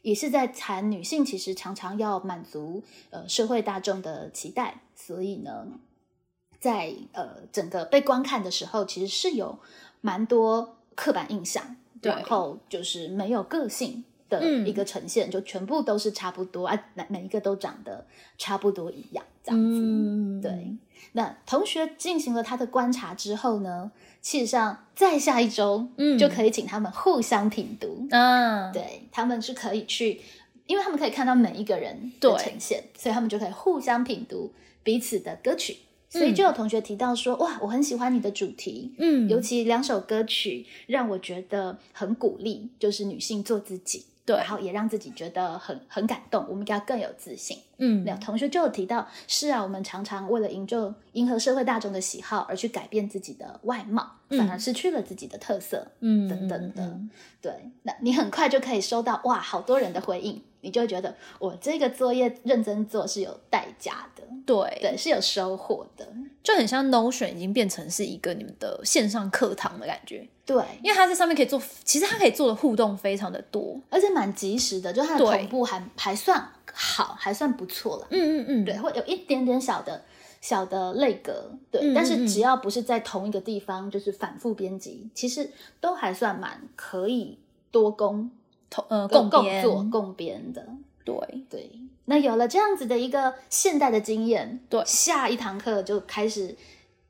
也是在谈女性其实常常要满足呃社会大众的期待，所以呢，在呃整个被观看的时候，其实是有蛮多刻板印象，
对
然后就是没有个性。的
嗯
一个呈现，就全部都是差不多啊，每每一个都长得差不多一样，这样子。
嗯，
对，那同学进行了他的观察之后呢，事实上再下一周，
嗯
就可以请他们互相品读。
啊，，
对，他们是可以去，因为他们可以看到每一个人的
对
呈现，所以他们就可以互相品读彼此的歌曲。所以
嗯
就有同学提到说，哇，我很喜欢你的主题，
嗯，
尤其两首歌曲让我觉得很鼓励，就是女性做自己，
对
然后也让自己觉得很很感动，我们应该更有自信。
嗯
没有，同学就有提到，是啊，我们常常为了营救迎合社会大众的喜好而去改变自己的外貌，
嗯
反而失去了自己的特色。
嗯
等等的
嗯
对，那你很快就可以收到哇，好多人的回应，你就会觉得我这个作业认真做是有代价的，
对，
对，是有收获的。
就很像 Notion 已经变成是一个你们的线上课堂的感觉，
对，
因为它在上面可以做，其实它可以做的互动非常的多，
而且蛮及时的，就它的
对
同步还还算好，还算不错了。
嗯嗯嗯，
对，，会有一点点小的小的类隔，对，
嗯
但
嗯嗯
是只要不是在同一个地方，就是反复编辑，其实都还算蛮可以多工
同呃
共
共
共作共编的。
对，
对，那有了这样子的一个现代的经验，
对
下一堂课就开始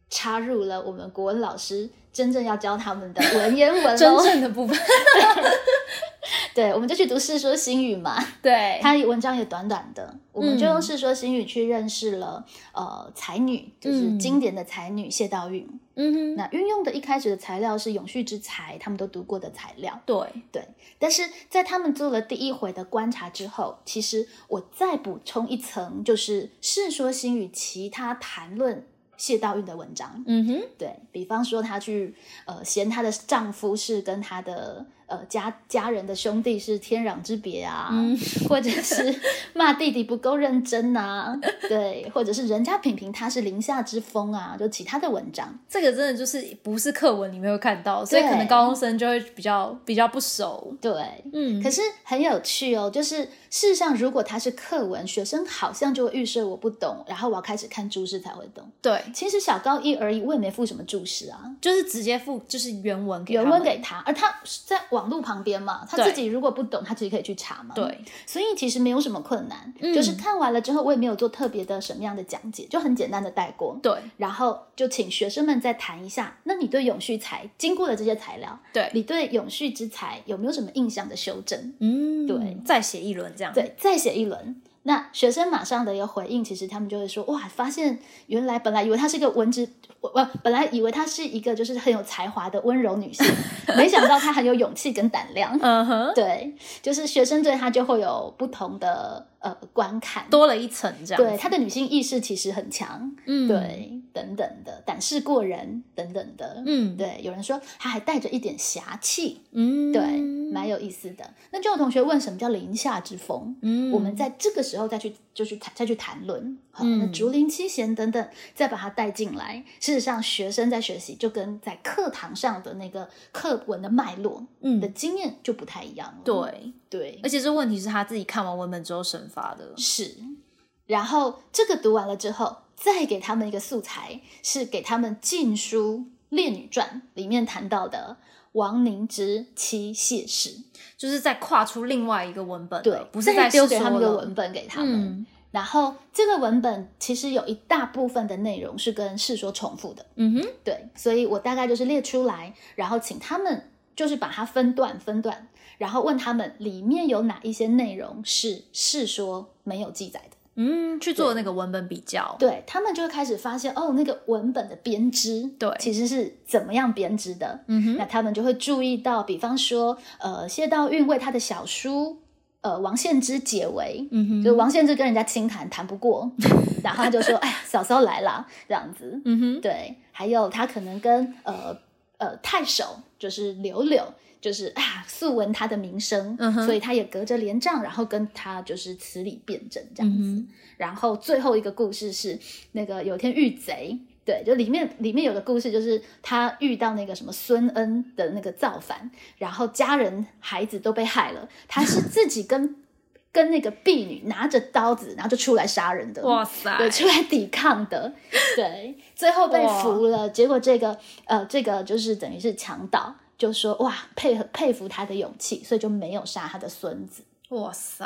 插入了我们国文老师真正要教他们的文言文
[LAUGHS] 真
喽。
正
[LAUGHS]
的部分，
对，我们就去读《世说新语》嘛。
对，
他文章也短短的，我们就
嗯
用《世说新语》去认识了、呃才女，就是
嗯
经典的才女谢道韫。
嗯哼，
那运用的一开始的材料是永续之才，他们都读过的材料。
对，
对，但是在他们做了第一回的观察之后，其实我再补充一层，就是《世说新语》其他谈论谢道韫的文章。
嗯哼，
对比方说，她去呃嫌她的丈夫是跟她的呃家家人的兄弟是天壤之别啊，
嗯
或者是骂弟弟不够认真啊， [LAUGHS] 对，或者是人家品评他是林下之风啊，就其他的文章。
这个真的就是不是课文里面会看到，所以可能高中生就会比较比较不熟。
对，
嗯，
可是很有趣哦，就是事实上，如果它是课文，学生好像就会预设我不懂，然后我要开始看注释才会懂。
对，
其实小高一而已，我也没附什么注释啊，
就是直接附就是原文给他
原
们
文给他，而他是在网络旁边嘛，他
对
自己如果不懂，他自己可以去查嘛。，
对，
所以其实没有什么困难，
嗯
就是看完了之后，我也没有做特别的什么样的讲解，就很简单的带过。
对
然后就请学生们再谈一下，那你对永续材经过了这些材料，
对，
你对永续之材有没有什么印象的修正？
嗯，
对，
再写一轮这样。，
对，再写一轮。那学生马上的有回应，其实他们就会说：“哇，发现原来本来以为她是一个文职，我我本来以为她是一个就是很有才华的温柔
[LAUGHS]
女性，没想到她很有勇气跟胆量。
嗯 [LAUGHS] 哼，
对，就是学生对她就会有不同的呃观看。
多了一层这样。
对，她的女性意识其实很强，
嗯，，
对，等等的，胆识过人等等的。
嗯，，
对，有人说她还带着一点侠气，
嗯，
对，蛮有意思的。那就有同学问什么叫林下之风？
嗯，
我们在这个时候再去就去谈再去谈论，好，那
嗯
竹林七贤等等，再把它带进来。事实上，学生在学习就跟在课堂上的那个课文的脉络的
嗯，
经验就不太一样了。
对，
对
而，且这问题是他自己看完文本之后审发的。
是。然后这个读完了之后，再给他们一个素材，是给他们《晋书·列女传》里面谈到的王凝之妻谢氏。
就是在跨出另外一个文本了，
对，
不是在
再丢给他们一
的
个文本给他们。
嗯
然后这个文本其实有一大部分的内容是跟世说重复的，
嗯哼，
对，所以我大概就是列出来，然后请他们就是把它分段分段，然后问他们里面有哪一些内容是世说没有记载的，
嗯，去做那个文本比较，
对他们就会开始发现哦，那个文本的编织，
对
其实是怎么样编织的，
嗯
那
哼，
他们就会注意到，比方说，呃，谢道韫为他的小叔，呃，王献之解围，
嗯哼，
就王献之跟人家清谈谈不
[LAUGHS]
过，然后他就说：“哎呀，嫂嫂来啦，这样子。
嗯哼，
对，还有他可能跟呃呃太守，就是柳柳，就是啊素闻他的名声，
嗯哼
所以他也隔着帘帐，然后跟他就是词理辩证这样子。
嗯
然后最后一个故事是那个有一天遇贼。对，就里面里面有个故事，就是他遇到那个什么孙恩的那个造反，然后家人孩子都被害了，他是自己跟跟那个婢女拿着刀子，然后就出来杀人的。
哼，哇塞，
嗯对，出来抵抗的，对，最后被
哇
俘了。结果这个呃，这个就是等于是强盗，就说哇，佩服佩服他的勇气，所以就没有杀他的孙子，
哇塞，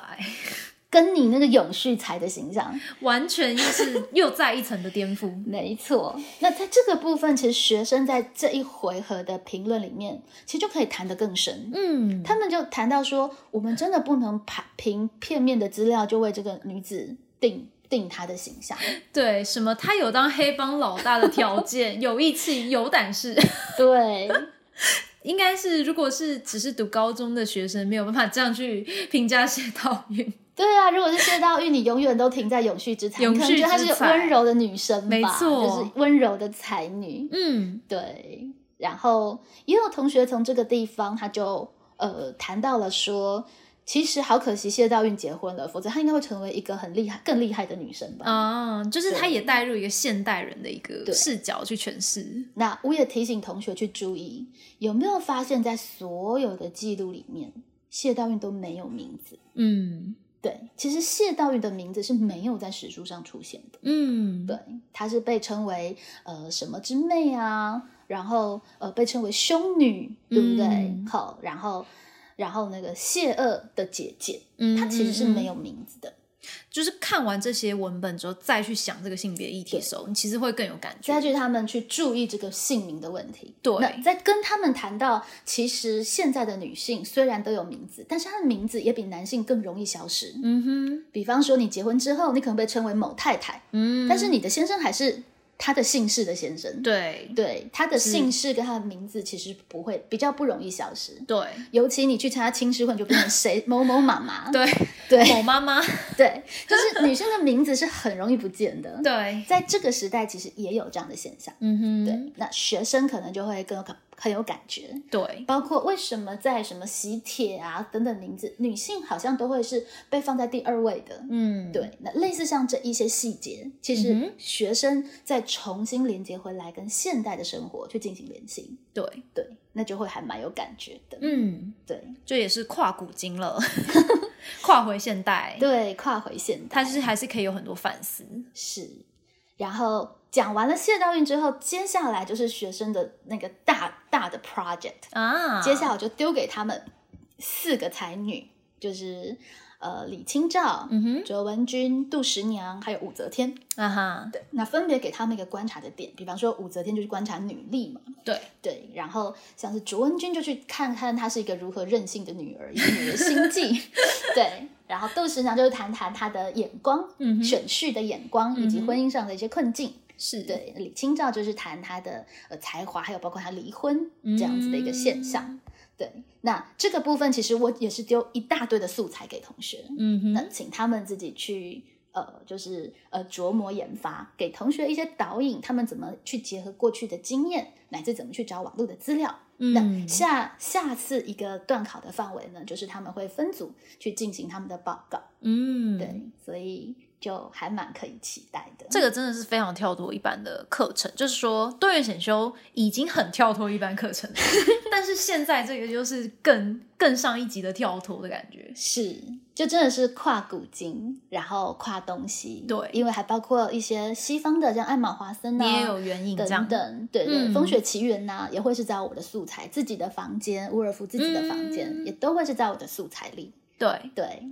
跟你那个永续才的形象
完全又
[LAUGHS]
是又再一层的颠覆，
没错。那在这个部分，其实学生在这一回合的评论里面，其实就可以谈得更深。
嗯，
他们就谈到说，我们真的不能盘凭片面的资料就为这个女子定定她的形
[LAUGHS]
象。
对，什么他有当黑帮老大的条件，有义气，有胆识，
对，
应该是如果是只是读高中的学生，没有办法这样去评价谢道韫，
对啊，如果是谢道韫，你永远都停在永续之才，
永
你可能觉得她
续
是
之才
温柔的女生吧，
没错
就是温柔的才女。
嗯
对，然后也有同学从这个地方，他就呃谈到了说，其实好可惜谢道韫结婚了，否则她应该会成为一个很厉害、更厉害的女生吧。
啊，就是他
对
也带入一个现代人的一个
对
视角去诠释，
那我也提醒同学去注意，有没有发现，在所有的记录里面，谢道韫都没有名字。
嗯
对，其实谢道韫的名字是没有在史书上出现的。
嗯，
对，她是被称为呃什么之妹啊，然后呃被称为凶女，对不对？
嗯
好，然后然后那个谢恶的姐姐，
嗯，
她其实是没
嗯，
有名字的。
嗯就是看完这些文本之后再去想这个性别议题的时候，你其实会更有感觉
再。去他们去注意这个姓名的问题。
对
那在跟他们谈到，其实现在的女性虽然都有名字，但是她的名字也比男性更容易消失。
嗯哼，
比方说，你结婚之后，你可能被称为某太太，
嗯，
但是你的先生还是他的姓氏的先生。
对
对，他的
嗯
姓氏跟他的名字其实不会比较不容易消失。
对
[LAUGHS] 尤其你去参加亲师会，你就变成谁某某妈妈。
对，
[LAUGHS] 对
某妈妈，
对，就是女生的名字是很容易不见的。
对，
在这个时代，其实也有这样的现象。
嗯哼，
对，那学生可能就会更有感很有感觉。
对，
包括为什么在什么喜帖啊等等名字，女性好像都会是被放在第二位的。
嗯，
对，那类似像这一些细节，其
嗯
实
哼
学生再重新连接回来跟现代的生活去进行联系，
对，
对，那就会还蛮有感觉的。
嗯，
对
这也是跨古今了， [LAUGHS] 跨回现代，
对，跨回现代
它就是还是可以有很多反思。
是。然后讲完了谢道韫之后，接下来就是学生的那个大大的 project，
啊，
接下来我就丢给他们四个才女，就是呃李清照、
嗯哼，
卓文君、杜十娘，还有武则天。
啊哈，
对，那分别给他们一个观察的点，比方说武则天就是观察女力嘛，
对，
对，然后像是卓文君就去看看她是一个如何任性的女儿，以及女儿心
[LAUGHS]
计，对，然后窦十娘就是谈谈她的眼光，
嗯哼
选婿的眼光，以及
嗯哼
婚姻上的一些困境。
是，
对，李清照就是谈她的呃才华，还有包括她离婚
嗯
这样子的一个现象。对，那这个部分其实我也是丢一大堆的素材给同学，
嗯
那
哼，
请他们自己去呃，就是呃琢磨研发，给同学一些导引，他们怎么去结合过去的经验，乃至怎么去找网络的资料。那
嗯，
下下次一个段考的范围呢，就是他们会分组去进行他们的报告。
嗯，
对，，所以就还蛮可以期待的。
这个真的是非常跳脱一般的课程，就是说多元选修已经很跳脱一般课
[LAUGHS]
程了，但是现在这个就是更更上一级的跳脱的感觉。
是，就真的是跨古今，然后跨东西。
对
因为还包括一些西方的，像艾玛·华森啊，
你也有援引这
等
样，
等，对对，
嗯
风雪奇缘》呐，也会是在我的素材，自己的房间，伍尔夫自己的房间、
嗯
也都会是在我的素材里。
对，
对，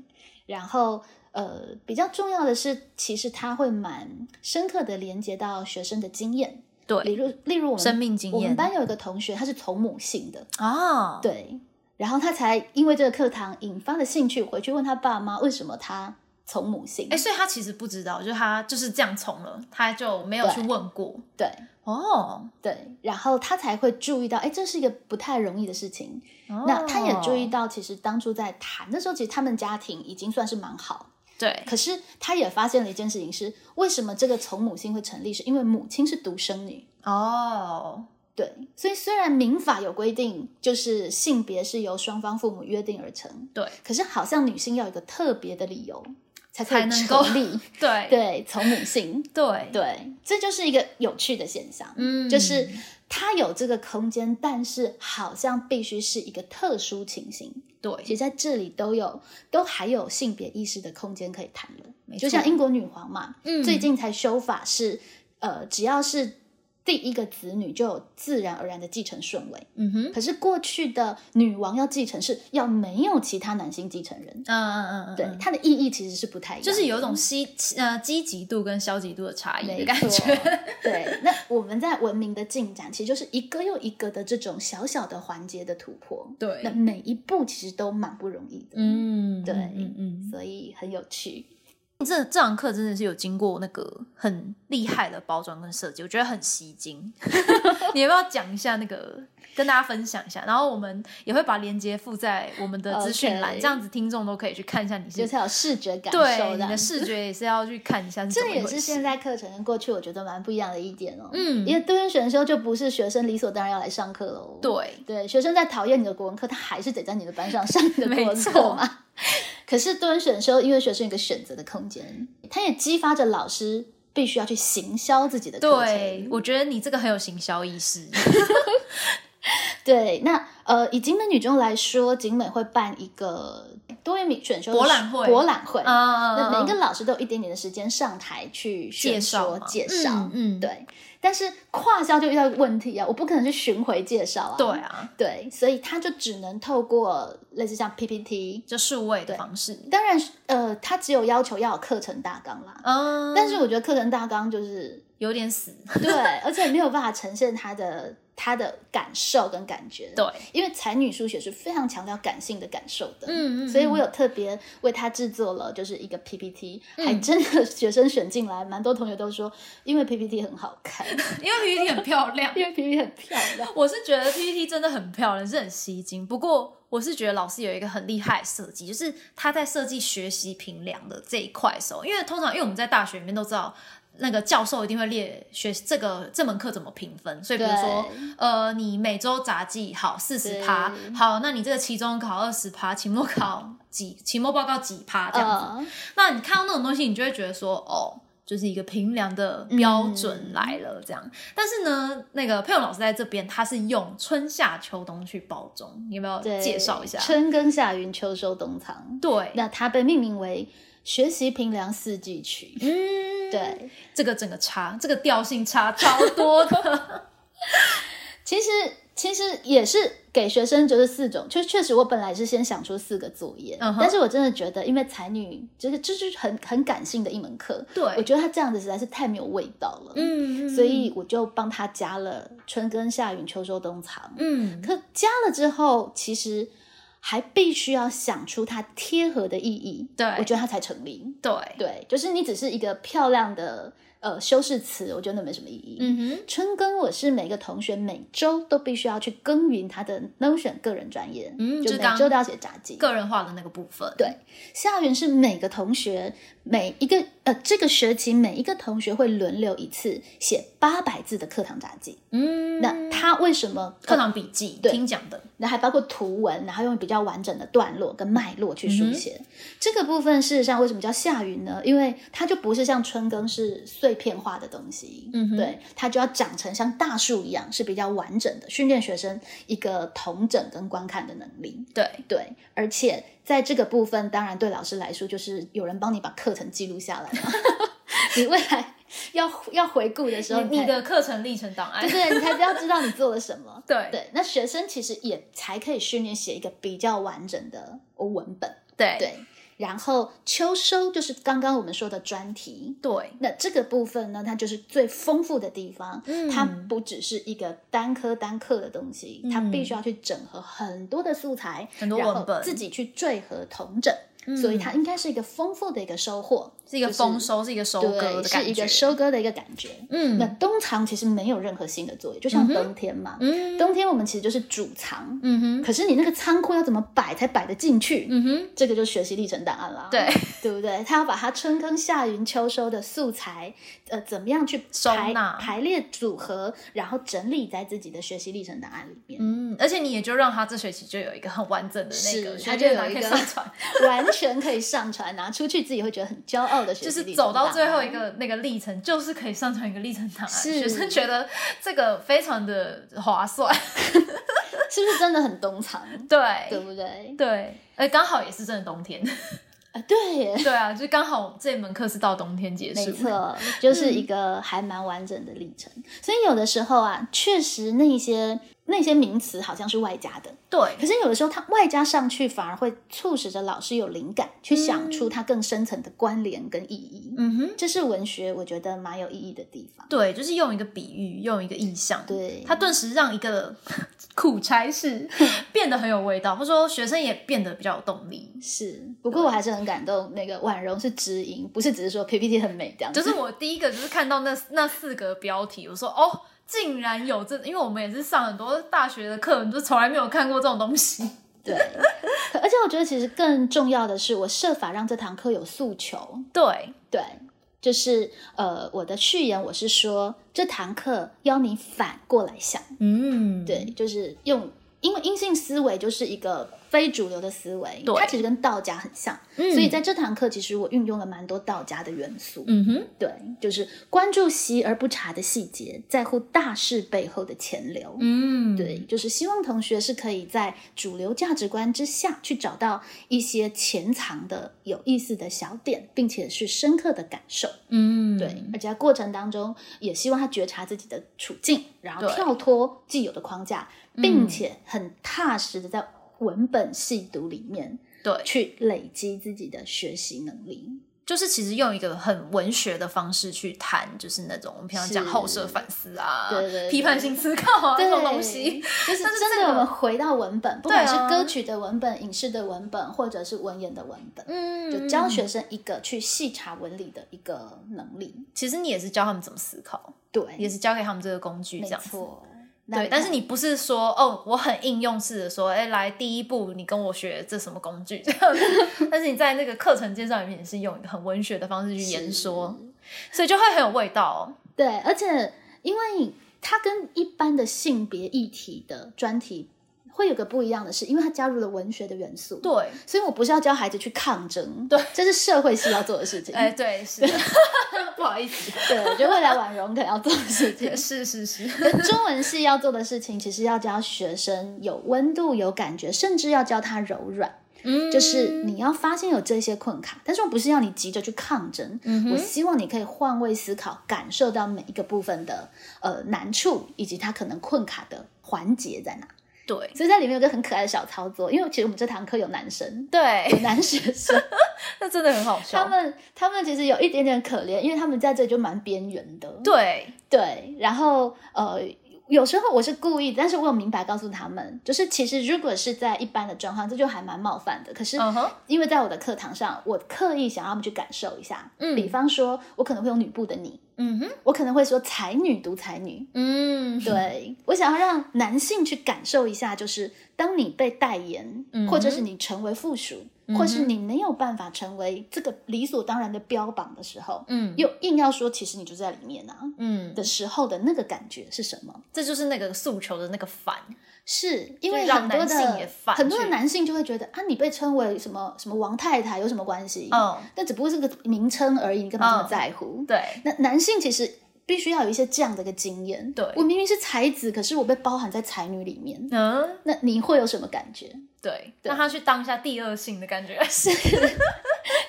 然后呃，比较重要的是，其实它会蛮深刻的连接到学生的经验，例
对，
如例如我们
生命经
我们
验
班有一个同学，他是从母姓的，
啊，，
对，然后他才因为这个课堂引发了兴趣，回去问他爸妈为什么他从母姓，
哎，所以他其实不知道，就是他就是这样从了，他就没有
对
去问过。
对
哦，
对，然后他才会注意到，哎，这是一个不太容易的事情。那
那
他也注
哦
意，到，其实当初在谈的时候，其实他们家庭已经算是蛮好。
对，
可是他也发现了一件事情是，为什么这个从母姓会成立？是因为母亲是独生女。
哦，
对，所以虽然民法有规定，就是性别是由双方父母约定而成，
对，
可是好像女性要有一个特别的理由才可
才
以
能够
成立。
对，
对，从母姓，
对，
对，这就是一个有趣的现象。
嗯，
就是它有这个空间，但是好像必须是一个特殊情形。其
对，
实在这里都有，都还有性别意识的空间可以谈
没
论。
错
就像英国女皇嘛，
嗯
最近才修法是，呃，只要是第一个子女就有自然而然的继承顺位。
嗯哼，
可是过去的女王要继承是要没有其他男性继承人，
嗯嗯嗯嗯，
对、
嗯
它的意义其实是不太一样的，
就是有一种积呃积极度跟消极度的差异的
没
感
错 [LAUGHS]
觉。
对，那我们在文明的进展，其实就是一个又一个的这种小小的环节的突破。
对
那每一步其实都蛮不容易的。，
嗯，
对
嗯嗯，
所以很有趣。
嗯这这堂课真的是有经过那个很厉害的包装跟设计，我觉得很吸睛。 [LAUGHS] 你要不要讲一下那个，跟大家分享一下？然后我们也会把链接附在我们的资讯栏
OK
这样子听众都可以去看一下你
就是是。要有视觉感
嗯对，
受
你的
的。
视
[LAUGHS]
觉也是要去看一下是怎
这
么一
也
回
是
事
现在课程跟过去我觉得蛮不一样的一点哦。
嗯
因为多元选修就不是学生理所当然要来上课喽。
对
对，学生在讨厌你的国文课，他还是得在你的班上上你的国文
没
课
错
嘛。可是多元选修，因为学生有一个选择的空间，他也激发着老师必须要去行销自己的课程。
对，我觉得你这个很有行销意识。
对，那呃，以景美女中来说，景美会办一个多元米选修的
博览会
博览会。
啊
那每一个老师都有一点点的时间上台去
介
宣
绍
说
嘛
介绍，
嗯，嗯，
对。但是跨校就遇到一个问题啊，我不可能去巡回介绍啊，
对啊，
对，所以他就只能透过类似像 PPT，
就数位的
对
方式。
当然呃，他只有要求要有课程大纲啦，
嗯，
但是我觉得课程大纲就是
有点死。
对，而且没有办法呈现他的他的感受跟感觉，
对，
因为才女书写是非常强调感性的感受的，
嗯嗯
所以我有特别为她制作了就是一个 PPT，、
嗯
还真的学生选进来，蛮多同学都说，因为 PPT 很好看，
[LAUGHS] 因为 PPT 很漂 [LAUGHS] 亮，
因为 PPT 很漂亮，
我是觉得 PPT 真的很漂亮，是很吸睛。不过我是觉得老师有一个很厉害的设计，就是他在设计学习评量的这一块的时候，因为通常因为我们在大学里面都知道。那个教授一定会列学这个这门课怎么评分，所以比如说
对，
呃，你每周杂技好四十趴，
对
好，那你这个期中考二十趴，期末考几，期末报告几趴 [LAUGHS] 这样子。
嗯，
那你看到那种东西，你就会觉得说，哦，就是一个评量的标准来了这样。但是呢，那个佩勇老师在这边，他是用春夏秋冬去包装，你要不要
对，
介绍一下？
春耕夏耘，秋收冬藏。
对，
那它被命名为学习评量四季曲。
嗯，
对，
这个整个差，这个调性差超多的。
其实其实也是给学生就是四种，就确实我本来是先想出四个作业
嗯哼
但是我真的觉得因为才女就是这就是很很感性的一门课，
对
我觉得它这样子实在是太没有味道了，，
[LAUGHS] 嗯
所以我就帮他加了春耕夏耘秋收冬藏，
嗯，
可加了之后，其实还必须要想出它贴合的意义，
对
我觉得它才成立。
对，
对，就是你只是一个漂亮的呃修饰词，我觉得那没什么意义。
嗯哼，
春耕我是每个同学每周都必须要去耕耘他的 Notion 个人专业，
嗯
就
就
每
刚
周都要写札记。
个人化的那个部分，
对夏园是每个同学每一个呃这个学期每一个同学会轮流一次写八百字的课堂札记。
嗯，
那他为什么呃
课堂笔记
对
听讲的，
那还包括图文，然后用比较完整的段落跟脉络去
嗯
书写。这个部分事实上为什么叫夏云呢？因为它就不是像春耕是碎片化的东西，
嗯哼
对，它就要长成像大树一样，是比较完整的，训练学生一个同整跟观看的能力。
对，
对，而且在这个部分，当然对老师来说，就是有人帮你把课程记录下来嘛。 [LAUGHS] 你未来要要回顾的时候，
你
才
你的课程历程档案
对，对，你才比较知道你做了什么。
对
对，那学生其实也才可以训练写一个比较完整的文本。
对
对，然后秋收就是刚刚我们说的专题。
对
那这个部分呢，它就是最丰富的地方。
嗯
它不只是一个单科单课的东西，它必须要去整合很多的素材，
嗯很多
然
文
后
本嗯
自己去缀合同整。所以它应该是一个丰富的一个收获，
是一个
就是
丰收，是一个收割
对，
的
是
感
一
觉，
个收割的一个感觉。
嗯
那冬藏其实没有任何新的作业，就像冬天嘛，
嗯
冬天我们其实就是主藏，
嗯哼
可是你那个仓库要怎么摆才摆得进去？
嗯哼，
这个就是学习历程档案啦，
对，
[LAUGHS] 对不对？他要把他春耕夏耘秋收的素材，呃，怎么样去
收
排
纳
排列组合，然后整理在自己的学习历程档案里面，
嗯，而且你也就让他这学期就有一个很完整的那个
是
学
他
历
就
档案
有一
可以
个
上
[LAUGHS]
传，
[LAUGHS] 完全可以上传拿出去，自己会觉得很骄傲的学
就
习
是
历程
走到
档
最后
案
一个那个历程，就是可以上传一个历程档案，
是
学生觉得这个非常的划算，
[LAUGHS] 是不是真的很冬藏？对
对
不对？
[LAUGHS] 对，哎，刚好也是真的冬天， [LAUGHS]
啊，对耶，
对啊，就刚好这门课是到冬天结束，
没，错，就是一个还蛮完整的历程。所以有的时候啊，确实那些那些名词好像是外加的，
对
可是有的时候它外加上去，反而会促使着老师有灵感，去想出它更深层的关联跟意义。
嗯哼，
这是文学我觉得蛮有意义的地方。
对，就是用一个比喻，用一个意象，
对
他顿时让一个 [LAUGHS] 苦差
[LAUGHS]
事变得很有味道，或者说学生也变得比较有动力。
是，不过我还是很感动，那个婉容是直营，不是只是说 PPT 很美这样子。
就是我第一个就是看
[LAUGHS]
到那那四个标题，我说哦，竟然有这，因为我们也是上很多大学的课，就从来没有看过这种东西。
对，可而且我觉得其实更重要的是，我设法让这堂课有诉求。
对，
[LAUGHS] 对，就是呃，我的序言我是说，这堂课要你反过来想，
嗯，
对，，就是用，因为阴性思维就是一个非主流的思维，
对
它其实跟道家很像，
嗯
所以在这堂课其实我运用了蛮多道家的元素，
嗯哼，
对，就是关注习而不察的细节，在乎大事背后的潜流。
嗯，
对，，就是希望同学是可以在主流价值观之下去找到一些潜藏的有意思的小点，并且是深刻的感受。
嗯，
对，而且在过程当中，也希望他觉察自己的处境，然后
对嗯
跳脱既有的框架，并且很踏实的在文本细读里面
对，
去累积自己的学习能力。
就是其实用一个很文学的方式去谈，就是那种我们平常讲
是
后设反思啊，
对对对
批判性思考啊
对
这种东西，
就是
但是
真
这
的，
个
我们回到文本，不管
对
是
啊
歌曲的文本、影视的文本，或者是文言的文本，
嗯
就教学生一个去细查文理的一个能力。
其实你也是教他们怎么思考，
对，
也是教给他们这个工具
没
这样子。
错。那
对，但是你不是说哦，我很应用式的说，哎，来第一步，你跟我学 [LAUGHS] 这什么工具这样子。但是你在那个课程介绍里面，也是用一个很文学的方式去言说，所以就会很有味道、哦。
对，而且因为它跟一般的性别议题的专题会有个不一样的是，因为它加入了文学的元素。，
对，
所以我不是要教孩子去抗争，对，这是社会系要做的事情。
哎，对，是的， [LAUGHS] 不好意思，
对，我觉得未来婉容可能要做的事
[LAUGHS]
情。
是是是，
中文系要做的事情，其实要教学生有温度、有感觉，甚至要教他柔软。
嗯
就是你要发现有这些困卡，但是我不是要你急着去抗争，我希望你可以换位思考，感受到每一个部分的呃难处，以及它可能困卡的环节在哪。
对
所以在里面有个很可爱的小操作，因为其实我们这堂课有男生，有
对，
[LAUGHS] 男学生，
那真的很好
[LAUGHS]
笑。
他们他们其实有一点点可怜，因为他们在这里就蛮边缘的，
对，
对，然后呃，有时候我是故意，但是我有明白告诉他们，就是其实如果是在一般的状况，这就还蛮冒犯的。可是
嗯哼
因为在我的课堂上，我刻意想让他们去感受一下，
嗯
比方说，我可能会用女部的你，
嗯哼，
我可能会说才女读才女。
嗯，
对，我想要让男性去感受一下，就是当你被代言，
嗯
或者是你成为附属，或是你没有办法成为这个理所当然的标榜的时候，
嗯
又硬要说其实你就在里面啊。
嗯，
的时候的那个感觉是什么？
这就是那个诉求的那个反，
是因
就
为很
让
多
男性也
的
反
很多的
去
男性就会觉得啊，你被称为什么什么王太太有什么关系？
嗯，
那只不过是个名称而已，你干嘛这么
嗯
在乎？
对，
那男性其实必须要有一些这样的一个经验。
对
我明明是才子，可是我被包含在才女里面，
嗯，
那你会有什么感觉？
对，
对
让他去当一下第二性的感觉， [LAUGHS] 是，
[LAUGHS]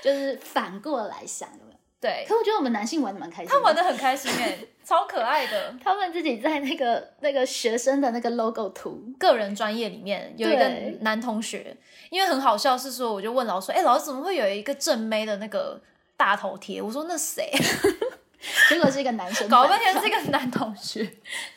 就是反过来想，有没有？ [LAUGHS]
对，
可我觉得我们男性玩的蛮开心的，
他玩的很开心哎，超可爱的。
他们自己在那个那个学生的那个 logo 图，
个人专业里面有一个
对
男同学，因为很好笑，是说我就问老师说，哎、老师怎么会有一个正妹的那个大头贴？我说那谁？
结果是一个男 [LAUGHS] 生
搞了
扮
半天
上
是一个男同学。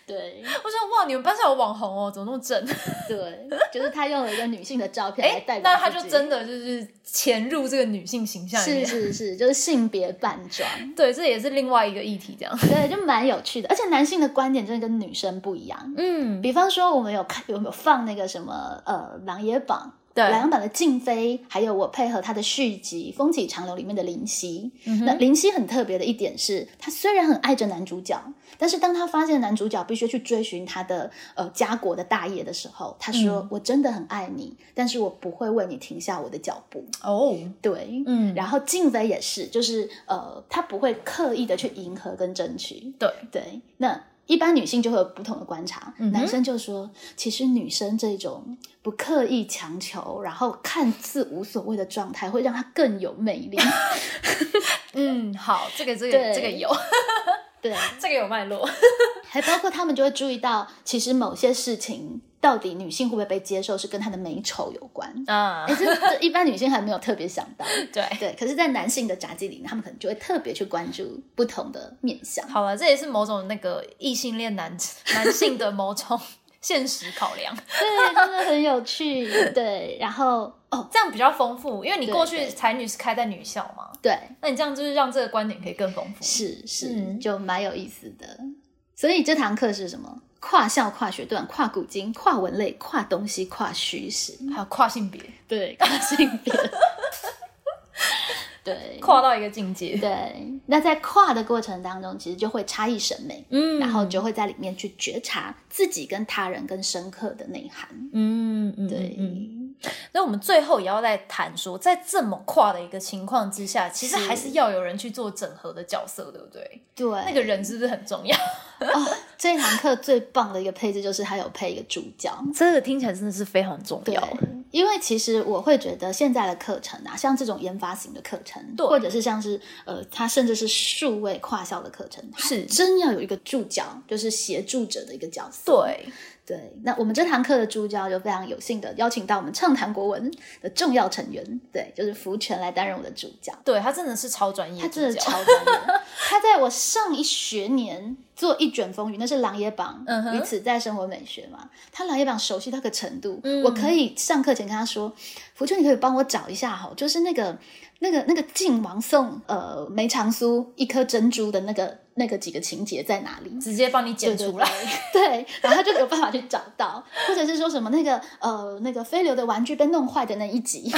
对。
我说哇，你们班上有网红哦，怎么那么正？
对，就是他用了一个女性的照片来
哎、
代表、
那他就真。的就是潜入这个女性形象里
是
面。
是是，就是性别扮装，
对，这也是另外一个议题，这样。
对，就蛮有趣的。而且男性的观点真的跟女生不一样。
嗯，
比方说，我们有看有没有放那个什么呃《琅琊榜》
对
琅琊榜》的静妃，还有我配合她的续集《风起长流》里面的林夕。
嗯哼
那林夕很特别的一点是，她虽然很爱着男主角，但是当她发现男主角必须去追寻他的呃家国的大业的时候，她说：“
嗯
我真的很爱你，但是我不会为你停下我的脚步。”
哦，
对，
嗯
然后静妃也是，就是呃，她不会刻意的去迎合跟争取。
对，
对，那一般女性就会有不同的观察，
嗯哼
男生就说，其实女生这种不刻意强求，然后看似无所谓的状态，会让她更有魅
[LAUGHS]
力。
嗯，好，这个这
对
个这个有，
对，
这个有脉络。
还包括他们就会注意到，其实某些事情到底女性会不会被接受，是跟她的美丑有
[LAUGHS]
关。
啊
哎，，这这一般女性还没有特别想到。
对。
对，可是，在男性的杂技里，他们可能就会特别去关注不同的面相。
好了，这也是某种那个异性恋男男性的某种现实考量， [LAUGHS]
对，真的很有趣。 [LAUGHS] 对，然后哦，
这样比较丰富，因为你
对
过去
对
才女是开在女校嘛，
对，
那你这样就是让这个观点可以更丰富。
是是，
嗯
就蛮有意思的。所以这堂课是什么？跨校、跨学段、跨古今、跨文类、跨东西、跨虚实，
还有跨性别，
对，跨性别， [LAUGHS] 对，
跨到一个境界，
对。那在跨的过程当中，其实就会差异审美，
嗯
然后就会在里面去觉察自己跟他人更深刻的内涵。
嗯嗯
对，
嗯。那我们最后也要再谈说，在这么跨的一个情况之下，其实
是
还是要有人去做整合的角色，对不对？
对，
那个人是不是很重要？
哦，这堂课最棒的一个配置就是它有配一个助教。
这个听起来真的是非常重
对，因为其实我会觉得现在的课程啊，像这种研发型的课程，
对
或者是像是呃，它甚至是数位跨校的课程，
是
还真要有一个助教，就是协助者的一个角色。
对，
对，那我们这堂课的助教就非常有幸的邀请到我们畅谈国文的重要成员，对，就是福全来担任我的助教。
对他真的是超专业
他
的
真 [LAUGHS] 的
助教，
超专业，他在我上一学年做一卷风云，那是琅琊榜
嗯哼
与此在生活美学嘛。他琅琊榜熟悉到个程度，
嗯
我可以上课前跟他说：“福春，你可以帮我找一下哈，就是那个那个那个晋王送呃梅长苏一颗珍珠的那个那个几个情节在哪里？”
直接帮你
[LAUGHS]
剪
对
出来。
对，然后他就有办法去找到，或者是说什么那个呃那个飞流的玩具被弄坏的那一集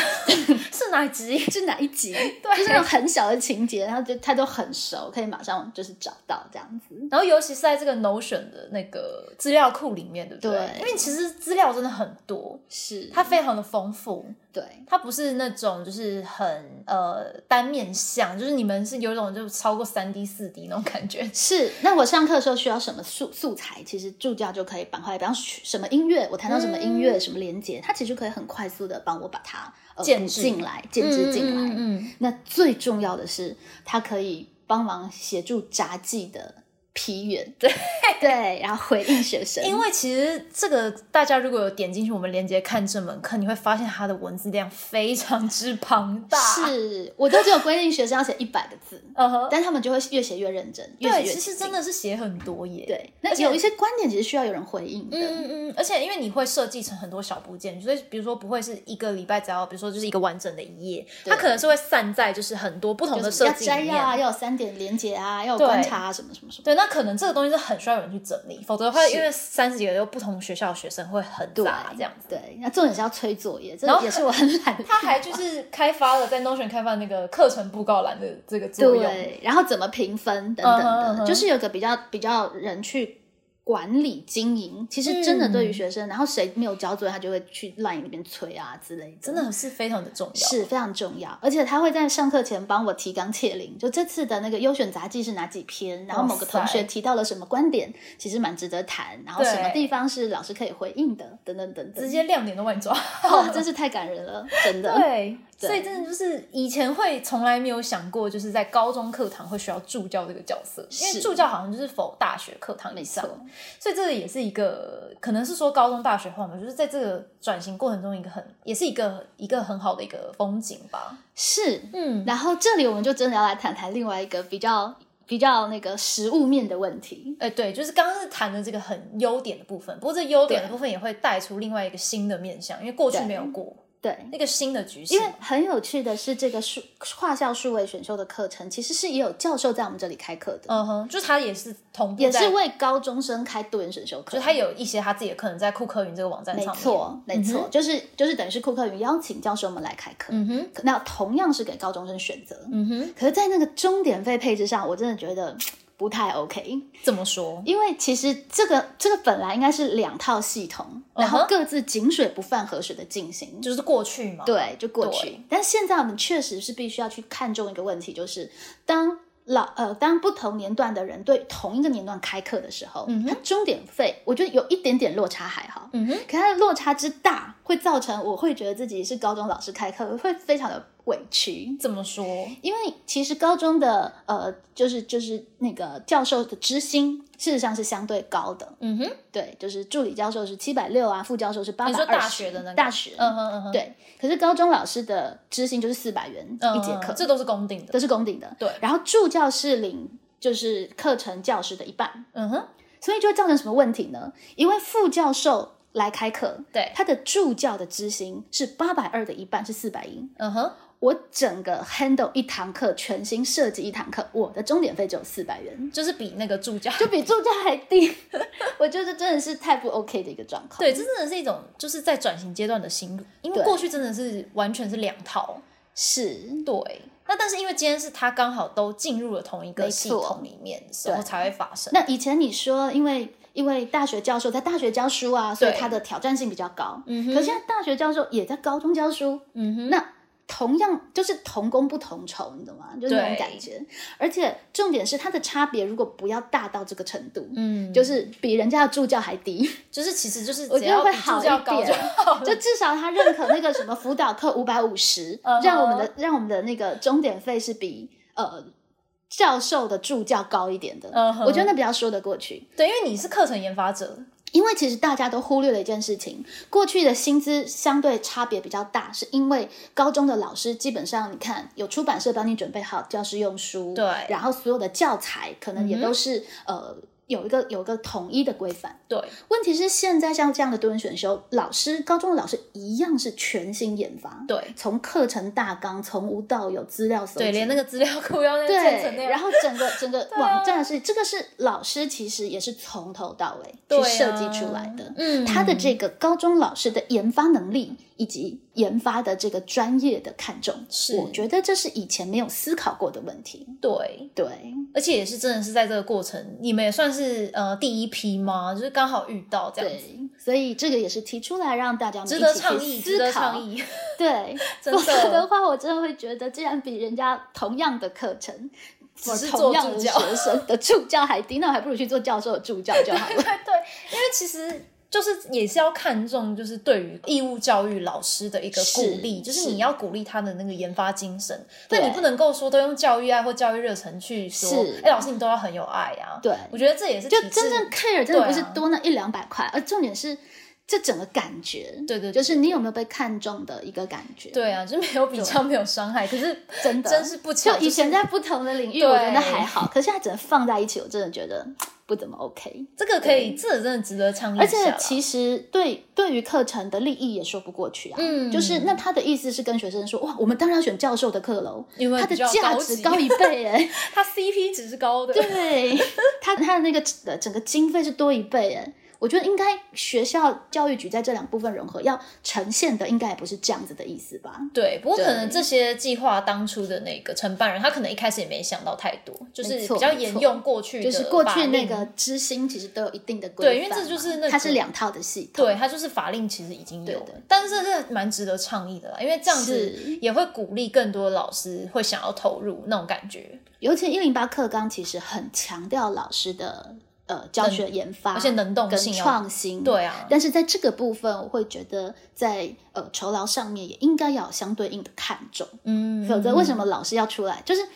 是哪集？
是哪一集？就是那种很小的情节，然后就他都很熟，可以马上就是找到这样子。
[LAUGHS] 然后尤其是在这个 Notion 的那个资料库里面，对不
对
因为其实资料真的很多，
是
它非常的丰富，
对
它不是那种就是很呃单面向，就是你们是有一种就是超过三 D 四 D 那种感觉。
是。那我上课的时候需要什么素素材，其实助教就可以板块，比方说什么音乐，我弹到什么音
嗯
乐、什么连接，他其实可以很快速的帮我把它呃
建
补
制
进来、建制进来。
嗯嗯
那最重要的是，它可以帮忙协助杂技的批阅，对对，然后回应学生，
[LAUGHS] 因为其实这个大家如果有点进去我们链接看这门课，你会发现它的文字量非常之庞大。，
是我都只有规定学生要写一百个字，
嗯哼，
但他们就会越写越认真，越写
对，
越
其实
起劲
真的是写很多页。。
对。那
而且
有一些观点其实需要有人回应的，
嗯嗯嗯，而且因为你会设计成很多小部件，所以比如说不会是一个礼拜只要，比如说就是一个完整的一页，
对
它可能是会散在就是很多不同的
就是
设
要
计
摘
里
要啊，
面。
要有三点连结啊，要有
对
观察啊，什么什么什么。
对，那可能这个东西是很需要有人去整理，否则的话，
是
因为三十几个有不同学校的学生会很杂这样子。
对，那重点是要催作业，这
然后
也是我很懒的地方。
他还就是开发了在 Notion 开发那个课程布告栏的这个作用，
对，然后怎么评分等等的
嗯哼嗯哼
就是有个比较比较人去管理经营。其实真的
嗯
对于学生，然后谁没有交作业，他就会去 line 里面催啊之类的，
真的是非常的重要。
是非常重要。而且他会在上课前帮我提纲挈领，就这次的那个优选杂技是哪几篇，然后某个同学提到了什么观点，其实蛮值得谈，然后什么
对
地方是老师可以回应的，等等等等。
直接亮点都帮你抓。
哇，真是太感人了，真的。 [LAUGHS]
对，
对
所以真的就是以前会从来没有想过，就是在高中课堂会需要助教这个角色，因
是
为助教好像就是否大学课堂以
没
上
错，，
所以这个也是一个可能是说高中大学后嘛，就是在这个转型过程中一个很也是一个一个很好的一个风景吧。
是
嗯，
然后这里我们就真的要来谈谈另外一个比较比较那个实物面的问题。
哎、对，就是刚刚是谈的这个很优点的部分，不过这优点的部分也会带出另外一个新的面向，因为过去
对
没有过
对，
那个新的局势
因为。很有趣的是，这个数跨校数位选修的课程其实是也有教授在我们这里开课的，
嗯哼，就是他也是同步
也
在
是为高中生开多元选修课。
就他有一些他自己的可能在库克云这个网站
没
上面。
错，没
嗯
错，
哼
就是就是等于是库克云邀请教授们来开课，
嗯哼，
那同样是给高中生选择。
嗯哼，
可是，在那个钟点费配置上，我真的觉得不太 OK。
怎么说？
因为其实这个这个本来应该是两套系统，然
嗯
后
哼
各自井水不犯河水的进行。
就是过去嘛。，
对，就过去
对。
但现在我们确实是必须要去看重一个问题，就是当老呃当不同年段的人对同一个年段开课的时候，
嗯哼
它终点费我觉得有一点点落差还好，
嗯哼，
可它的落差之大，会造成我会觉得自己是高中老师开课，会非常的委屈。
怎么说？
因为其实高中的呃，就是就是那个教授的知心，事实上是相对高的，
嗯哼，
对，就是助理教授是七百六啊，副教授是八
你
百
说
二。
大学的那个
大学，
嗯哼嗯哼，
对。可是高中老师的知心就是四百元
嗯，
一节课，
这都是公定的。
都是公顶的。
对
然后助教是领就是课程教师的一半，
嗯哼，
所以就会造成什么问题呢？因为副教授来开课，
对，
他的助教的知心是八百二的一半，是四百一。
嗯哼，
我整个 handle 一堂课，全新设计一堂课，我的终点费只有四百元， [LAUGHS]
就是比那个助教。
就比助教还低。 [LAUGHS] 我觉得这真的是太不 OK 的一个状况。
对，这真的是一种就是在转型阶段的心路，因为
对
过去真的是完全是两套。
是，
对，那但是因为今天是他刚好都进入了同一个
没
系
错
统里面，然后
对
才会发生。
那以前你说，因为因为大学教授在大学教书啊，所以
对
他的挑战性比较高。
嗯
可
哼，
是现在大学教授也在高中教书，
嗯哼，
那同样就是同工不同酬，你懂吗？就是那种
对
感觉。而且重点是它的差别，如果不要大到这个程度，
嗯，
就是比人家的助教还低，
就是其实就是
我
只
觉得
要
会
比
好
助
一
教高就
点
好
[LAUGHS]
了。
就至少他认可那个什么辅导
[LAUGHS]
课五百五十
嗯，哼
让我们的让我们的那个终点费是比呃。教授的助教高一点的
嗯哼
我觉得那比较说得过去。
对，因为你是课程研发者，
因为其实大家都忽略了一件事情，过去的薪资相对差别比较大，是因为高中的老师基本上你看有出版社帮你准备好教师用书，
对嗯
然后所有的教材可能也都是、呃。有一个有一个统一的规范。
对，
问题是现在像这样的多元选修，老师高中的老师一样是全新研发，
对，
从课程大纲从无到有资料搜集，
对，连那个资料库要那建成那
对，
样，
然后整
[LAUGHS]
个整个
啊
网站是、这个是老师其实也是从头到尾
对啊
去设计出来的。
嗯
他的这个高中老师的研发能力以及研发的这个专业的看重，
是
我觉得这是以前没有思考过的问题。
对，
对，
而且也是真的是在这个过程，你们也算是呃第一批吗？就是刚好遇到这样子，
对，所以这个也是提出来让大家们
值
一
得
起去
倡议，值
思
得
考。
倡
[LAUGHS]
议，
对，
[LAUGHS] 真
我
的
的话，我真的会觉得，既然比人家同样的课程，
只是
同
做
样
助
的
教，
学生的助教还低，那我还不如去做教授的助教就好
[LAUGHS]
了。
对，因为其实就是也是要看重，就是对于义务教育老师的一个鼓励，
是
就是你要鼓励他的那个研发精神。那
对
你不能够说都用教育爱或教育热忱去说
是，
哎，老师你都要很有爱啊。
对
我觉得这也是
就
体制
真正 care 真的不是
对啊
多那一两百块，而重点是这整个感觉，
对对对
就是你有没有被看中的一个感觉，，
对啊，就是没有比较没有伤害，可是
真的
真是不巧
就以前
就是
在不同的领域，
对
我觉得还好，可是现在整个放在一起，我真的觉得嘖不怎么 OK。
这个可以，这个真的值得倡议一
而
下
且
啦。
其实对对于课程的利益也说不过去啊，
嗯
就是那他的意思是跟学生说，哇，我们当然要选教授的课喽，
因为
他的
比较
价
高
值
级
高一倍哎、
它 CP 值是高的， [LAUGHS]
对他他的那个整呃整个经费是多一倍哎，我觉得应该学校教育局在这两部分融合要呈现的，应该也不是这样子的意思吧？
对，不过可能
对
这些计划当初的那个承办人，他可能一开始也没想到太多，就是
没错
比较沿用过去的，
就是过去那个。知心其实都有一定的规范
对
嘛，
因为这就是那个
它是两套的系统，
对，它就是法令其实已经有了
对对，
但是这蛮值得倡议的啦，因为这样子
是
也会鼓励更多老师会想要投入那种感觉，
尤其一零八课纲其实很强调老师的呃教学研发，
而且能动
跟
性要
创新，
对啊
但是在这个部分，我会觉得在呃酬劳上面也应该要有相对应的看重。
嗯，
否则为什
么？
么老师要出来？就是应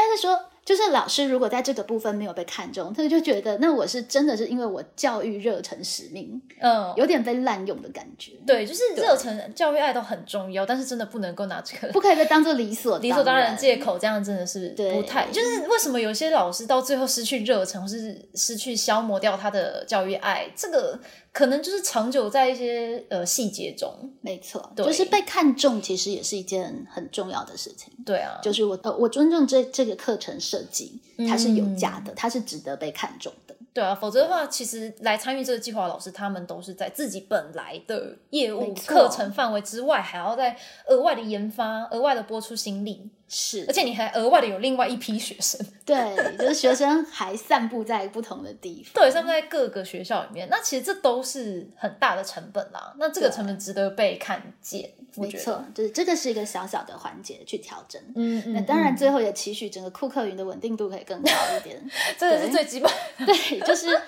该是说，就是老师如果在这个部分没有被看中，他就觉得那我是真的是因为我教育热忱使命，
嗯，
有点被滥用的感觉，
对，就是热忱、教育爱都很重要，但是真的不能够拿这个
不可以被当做理所
理所当然
然
的借口，这样真的是
对
不太。就是为什么有些老师到最后失去热忱，或是失去消磨掉他的教育爱，这个可能就是长久在一些呃细节中。
没错，
对
就是被看中，其实也是一件很重要的事情。
对啊，
就是我呃，我尊重这这个课程设计，它是有
嗯
价的，它是值得被看重的。
对啊，否则的话，其实来参与这个计划的老师，他们都是在自己本来的业务
没错
课程范围之外，还要再额外的研发、额外的播出心力，
是
而，且你还额外的有另外一批学生。
对，就是学生还散布在不同的地方。
对，他们在各个学校里面，那其实这都是很大的成本啦。那这个成本值得被看见，我
没
觉
错
得。，
就是这个是一个小小的环节去调整。
嗯嗯
那哎当然，最后也期许整个库克云的稳定度可以更高一点。 [LAUGHS]
这个是最基本。
对，就是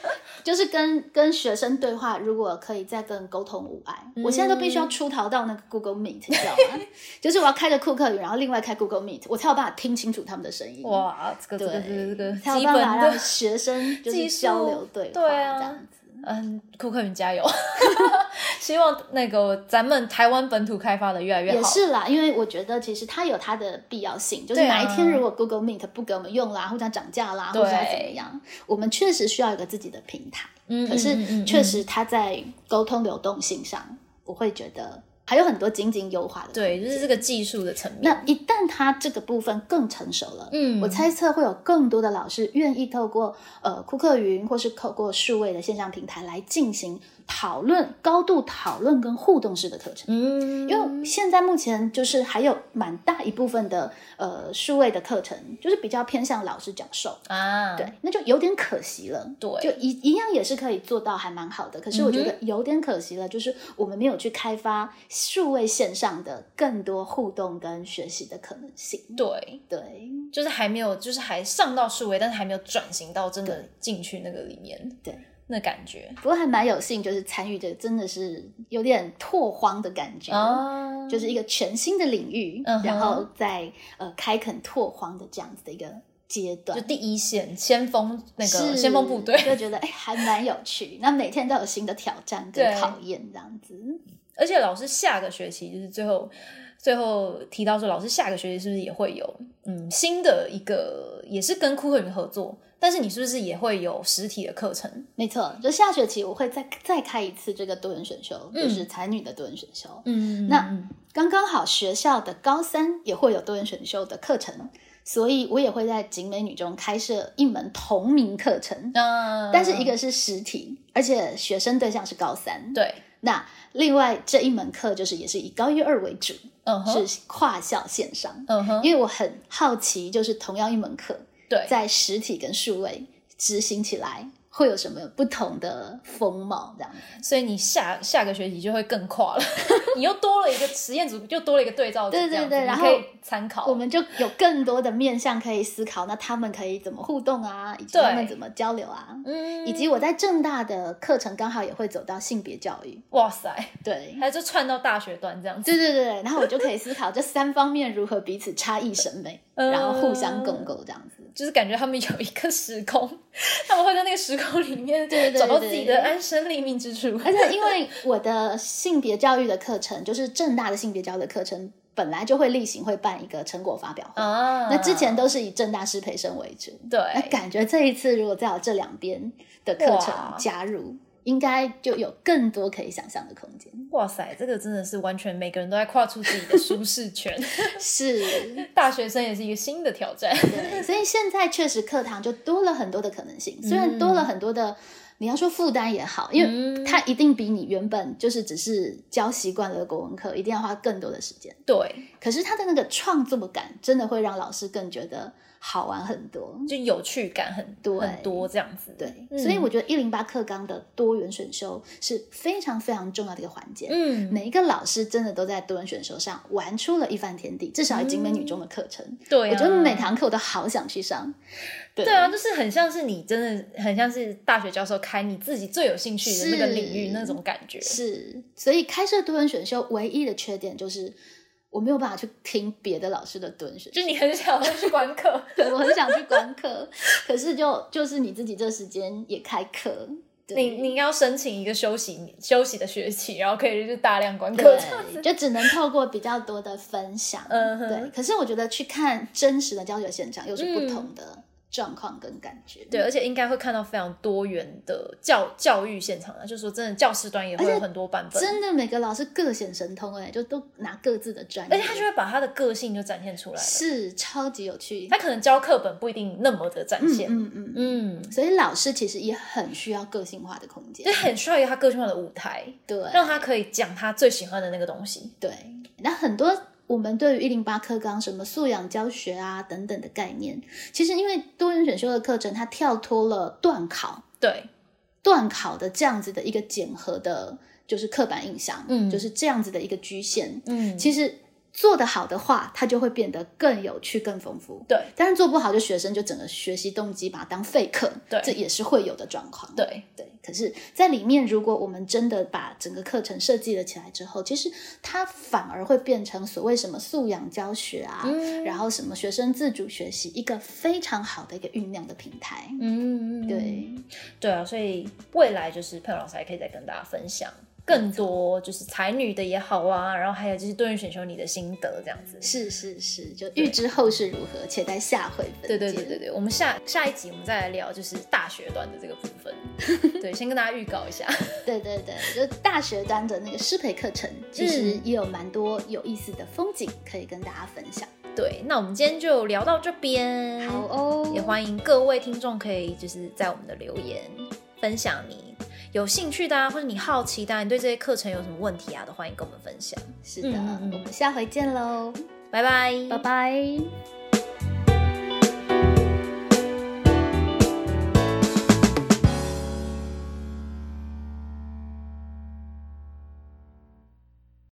就是跟跟学生对话，如果可以再更沟通无碍，
嗯
我现在都必须要出逃到那个 Google Meet，你知道
[LAUGHS]
吗？就是我要开着库克云，然后另外开 Google Meet，我才有办法听清楚他们的声音。，
哇，这个这
对，
个这个这个
才有
基
办
本
法让
的，
学
[LAUGHS]
生就
技
是
术
交流对话
对啊
这样子。
嗯，库克云加油！ [LAUGHS] 希望那个咱们台湾本土开发的越来越好。
也是啦，因为我觉得其实它有它的必要性，就是
对
哪
啊
一天如果 Google Meet 不给我们用啦，或者涨价啦，
对
或者要怎么样，我们确实需要一个自己的平台。
嗯，嗯
可
嗯嗯
是
嗯
确实它在沟通流动性上，我会觉得还有很多仅仅优化的。，
对，就是这个技术的层面。
那一旦它这个部分更成熟了，
嗯
我猜测会有更多的老师愿意透过呃库克云或是透过数位的线上平台来进行讨论、高度讨论跟互动式的课程。
嗯，
因为现在目前就是还有蛮大一部分的呃数位的课程，就是比较偏向老师讲授，
啊，
对，那就有点可惜了。
对嗯
就一一样也是可以做到还蛮好的，可是我觉得有点可惜了，就是我们没有去开发数位线上的更多互动跟学习的可能性。
对，
对
就是还没有，就是还上到数位，但是还没有转型到真的进去那个里面，
对，
那感觉
不过还蛮有幸，就是参与的真的是有点拓荒的感觉。
啊，
就是一个全新的领域，
嗯哼
然后在呃开垦拓荒的这样子的一个阶段
就，第一线先锋那个
是
先锋部队，
就觉得哎、还蛮有趣。那每天都有新的挑战跟
对
考验，这样子。
[LAUGHS] 而且老师下个学期就是最后最后提到说，老师下个学期是不是也会有嗯新的一个也是跟库克云合作但是你是不是也会有实体的课程？
没错，就下学期我会再再开一次这个多元选修，就是才女的多元选修。
嗯
那刚刚好学校的高三也会有多元选修的课程，所以我也会在景美女中开设一门同名课程，
嗯那
但是一个是实体，而且学生对象是高三。
对，
那另外这一门课就是也是以高一二为主，
嗯哼，
是跨校线上，
嗯哼，
因为我很好奇，就是同样一门课
对，
在实体跟数位执行起来会有什么不同的风貌这样子。
所以你下下个学期就会更跨了， [LAUGHS] 你又多了一个实验组，又多了一个对照组，
对对
这样子
对
你
然后
可以参考。
我们就有更多的面向可以思考，那他们可以怎么互动啊，以及
对
他们怎么交流啊，
嗯，
以及我在正大的课程刚好也会走到性别教育，
哇塞，
对。
还就串到大学端这样子，
对对对，对然后我就可以思考这三方面如何彼此差异审美，
嗯
然后互相共构这样子。
就是感觉他们有一个时空， [LAUGHS] 他们会在那个时空里面
对对对
找到
对
自己
对
的安身立命之处。
[LAUGHS] 而且因为我的性别教育的课程，就是正大的性别教育的课程，本来就会例行会办一个成果发表会，
啊
那之前都是以正大师培生为主，
对
那感觉这一次如果再有这两边的课程
哇
加入，应该就有更多可以想象的空间。
哇塞，这个真的是完全每个人都在跨出自己的舒适圈， [LAUGHS]
是，
大学生也是一个新的挑战。 [LAUGHS]
对，所以现在确实课堂就多了很多的可能性，虽然多了很多的。你要说负担也好，因为
嗯
它一定比你原本就是只是教习惯了国文课，一定要花更多的时间。
对，
可是它的那个创作感，真的会让老师更觉得好玩很多。
就有趣感很
对
很多这样子。
对，
嗯
所以我觉得一零八课纲的多元选修是非常非常重要的一个环节。
嗯，
每一个老师真的都在多元选修上玩出了一番天地，至少以景美女中的课程，
对、啊，
我觉得每堂课我都好想去上。对
对啊，就是很像是你真的很像是大学教授开你自己最有兴趣的那个领域
是
那种感觉。
是，所以开设多元选修唯一的缺点就是我没有办法去听别的老师的多元选修
就，你很想要去观课，
对我很想去观课，可是就就是你自己这时间也开课，对
你你应该要申请一个休息休息的学期，然后可以就是大量观课这样
对，就只能透过比较多的分享。
嗯哼嗯
对。可是我觉得去看真实的教学现场又是不同的状况跟感觉。
对，而且应该会看到非常多元的教教育现场啊，就说真的，教师端也会有很多版
[LAUGHS]
本，
真的每个老师各显神通、哎，就都拿各自的专业，
而且他就会把他的个性就展现出来了。
是超级有趣。
他可能教课本不一定那么的展现，
嗯嗯嗯。
嗯，
所以老师其实也很需要个性化的空间
就，很需要一个他个性化的舞台，
对，
让他可以讲他最喜欢的那个东西。
对，那很多我们对于一零八课纲什么素养教学啊等等的概念，其实因为多元选修的课程，它跳脱了段考，
对，
段考的这样子的一个检核的，就是刻板印象，
嗯
就是这样子的一个局限。
嗯，
其实做得好的话，它就会变得更有趣、更丰富。
对
但是做不好，就学生就整个学习动机把它当废课，
对
这也是会有的状况。
对，
对，可是，在里面，如果我们真的把整个课程设计了起来之后，其实它反而会变成所谓什么素养教学啊，
嗯
然后什么学生自主学习，一个非常好的一个酝酿的平台。
嗯，
对，
对啊，所以未来就是佩蓉老师还可以再跟大家分享更多，就是才女的也好啊，然后还有就是多元选修你的心得这样子。
是是是，就预知后事如何，且待下回分
对
解。
对对对对，我们下下一集我们再来聊就是大学段的这个部分。 [LAUGHS] 对，先跟大家预告一下。
对对对，就大学端的那个师培课程，其实
嗯
也有蛮多有意思的风景可以跟大家分享。
对，那我们今天就聊到这边。
好哦，
也欢迎各位听众可以就是在我们的留言分享你有兴趣的啊，或者你好奇的、啊，你对这些课程有什么问题啊，都欢迎跟我们分享。
是的，
嗯嗯嗯
我们下回见喽，
拜拜，
拜拜。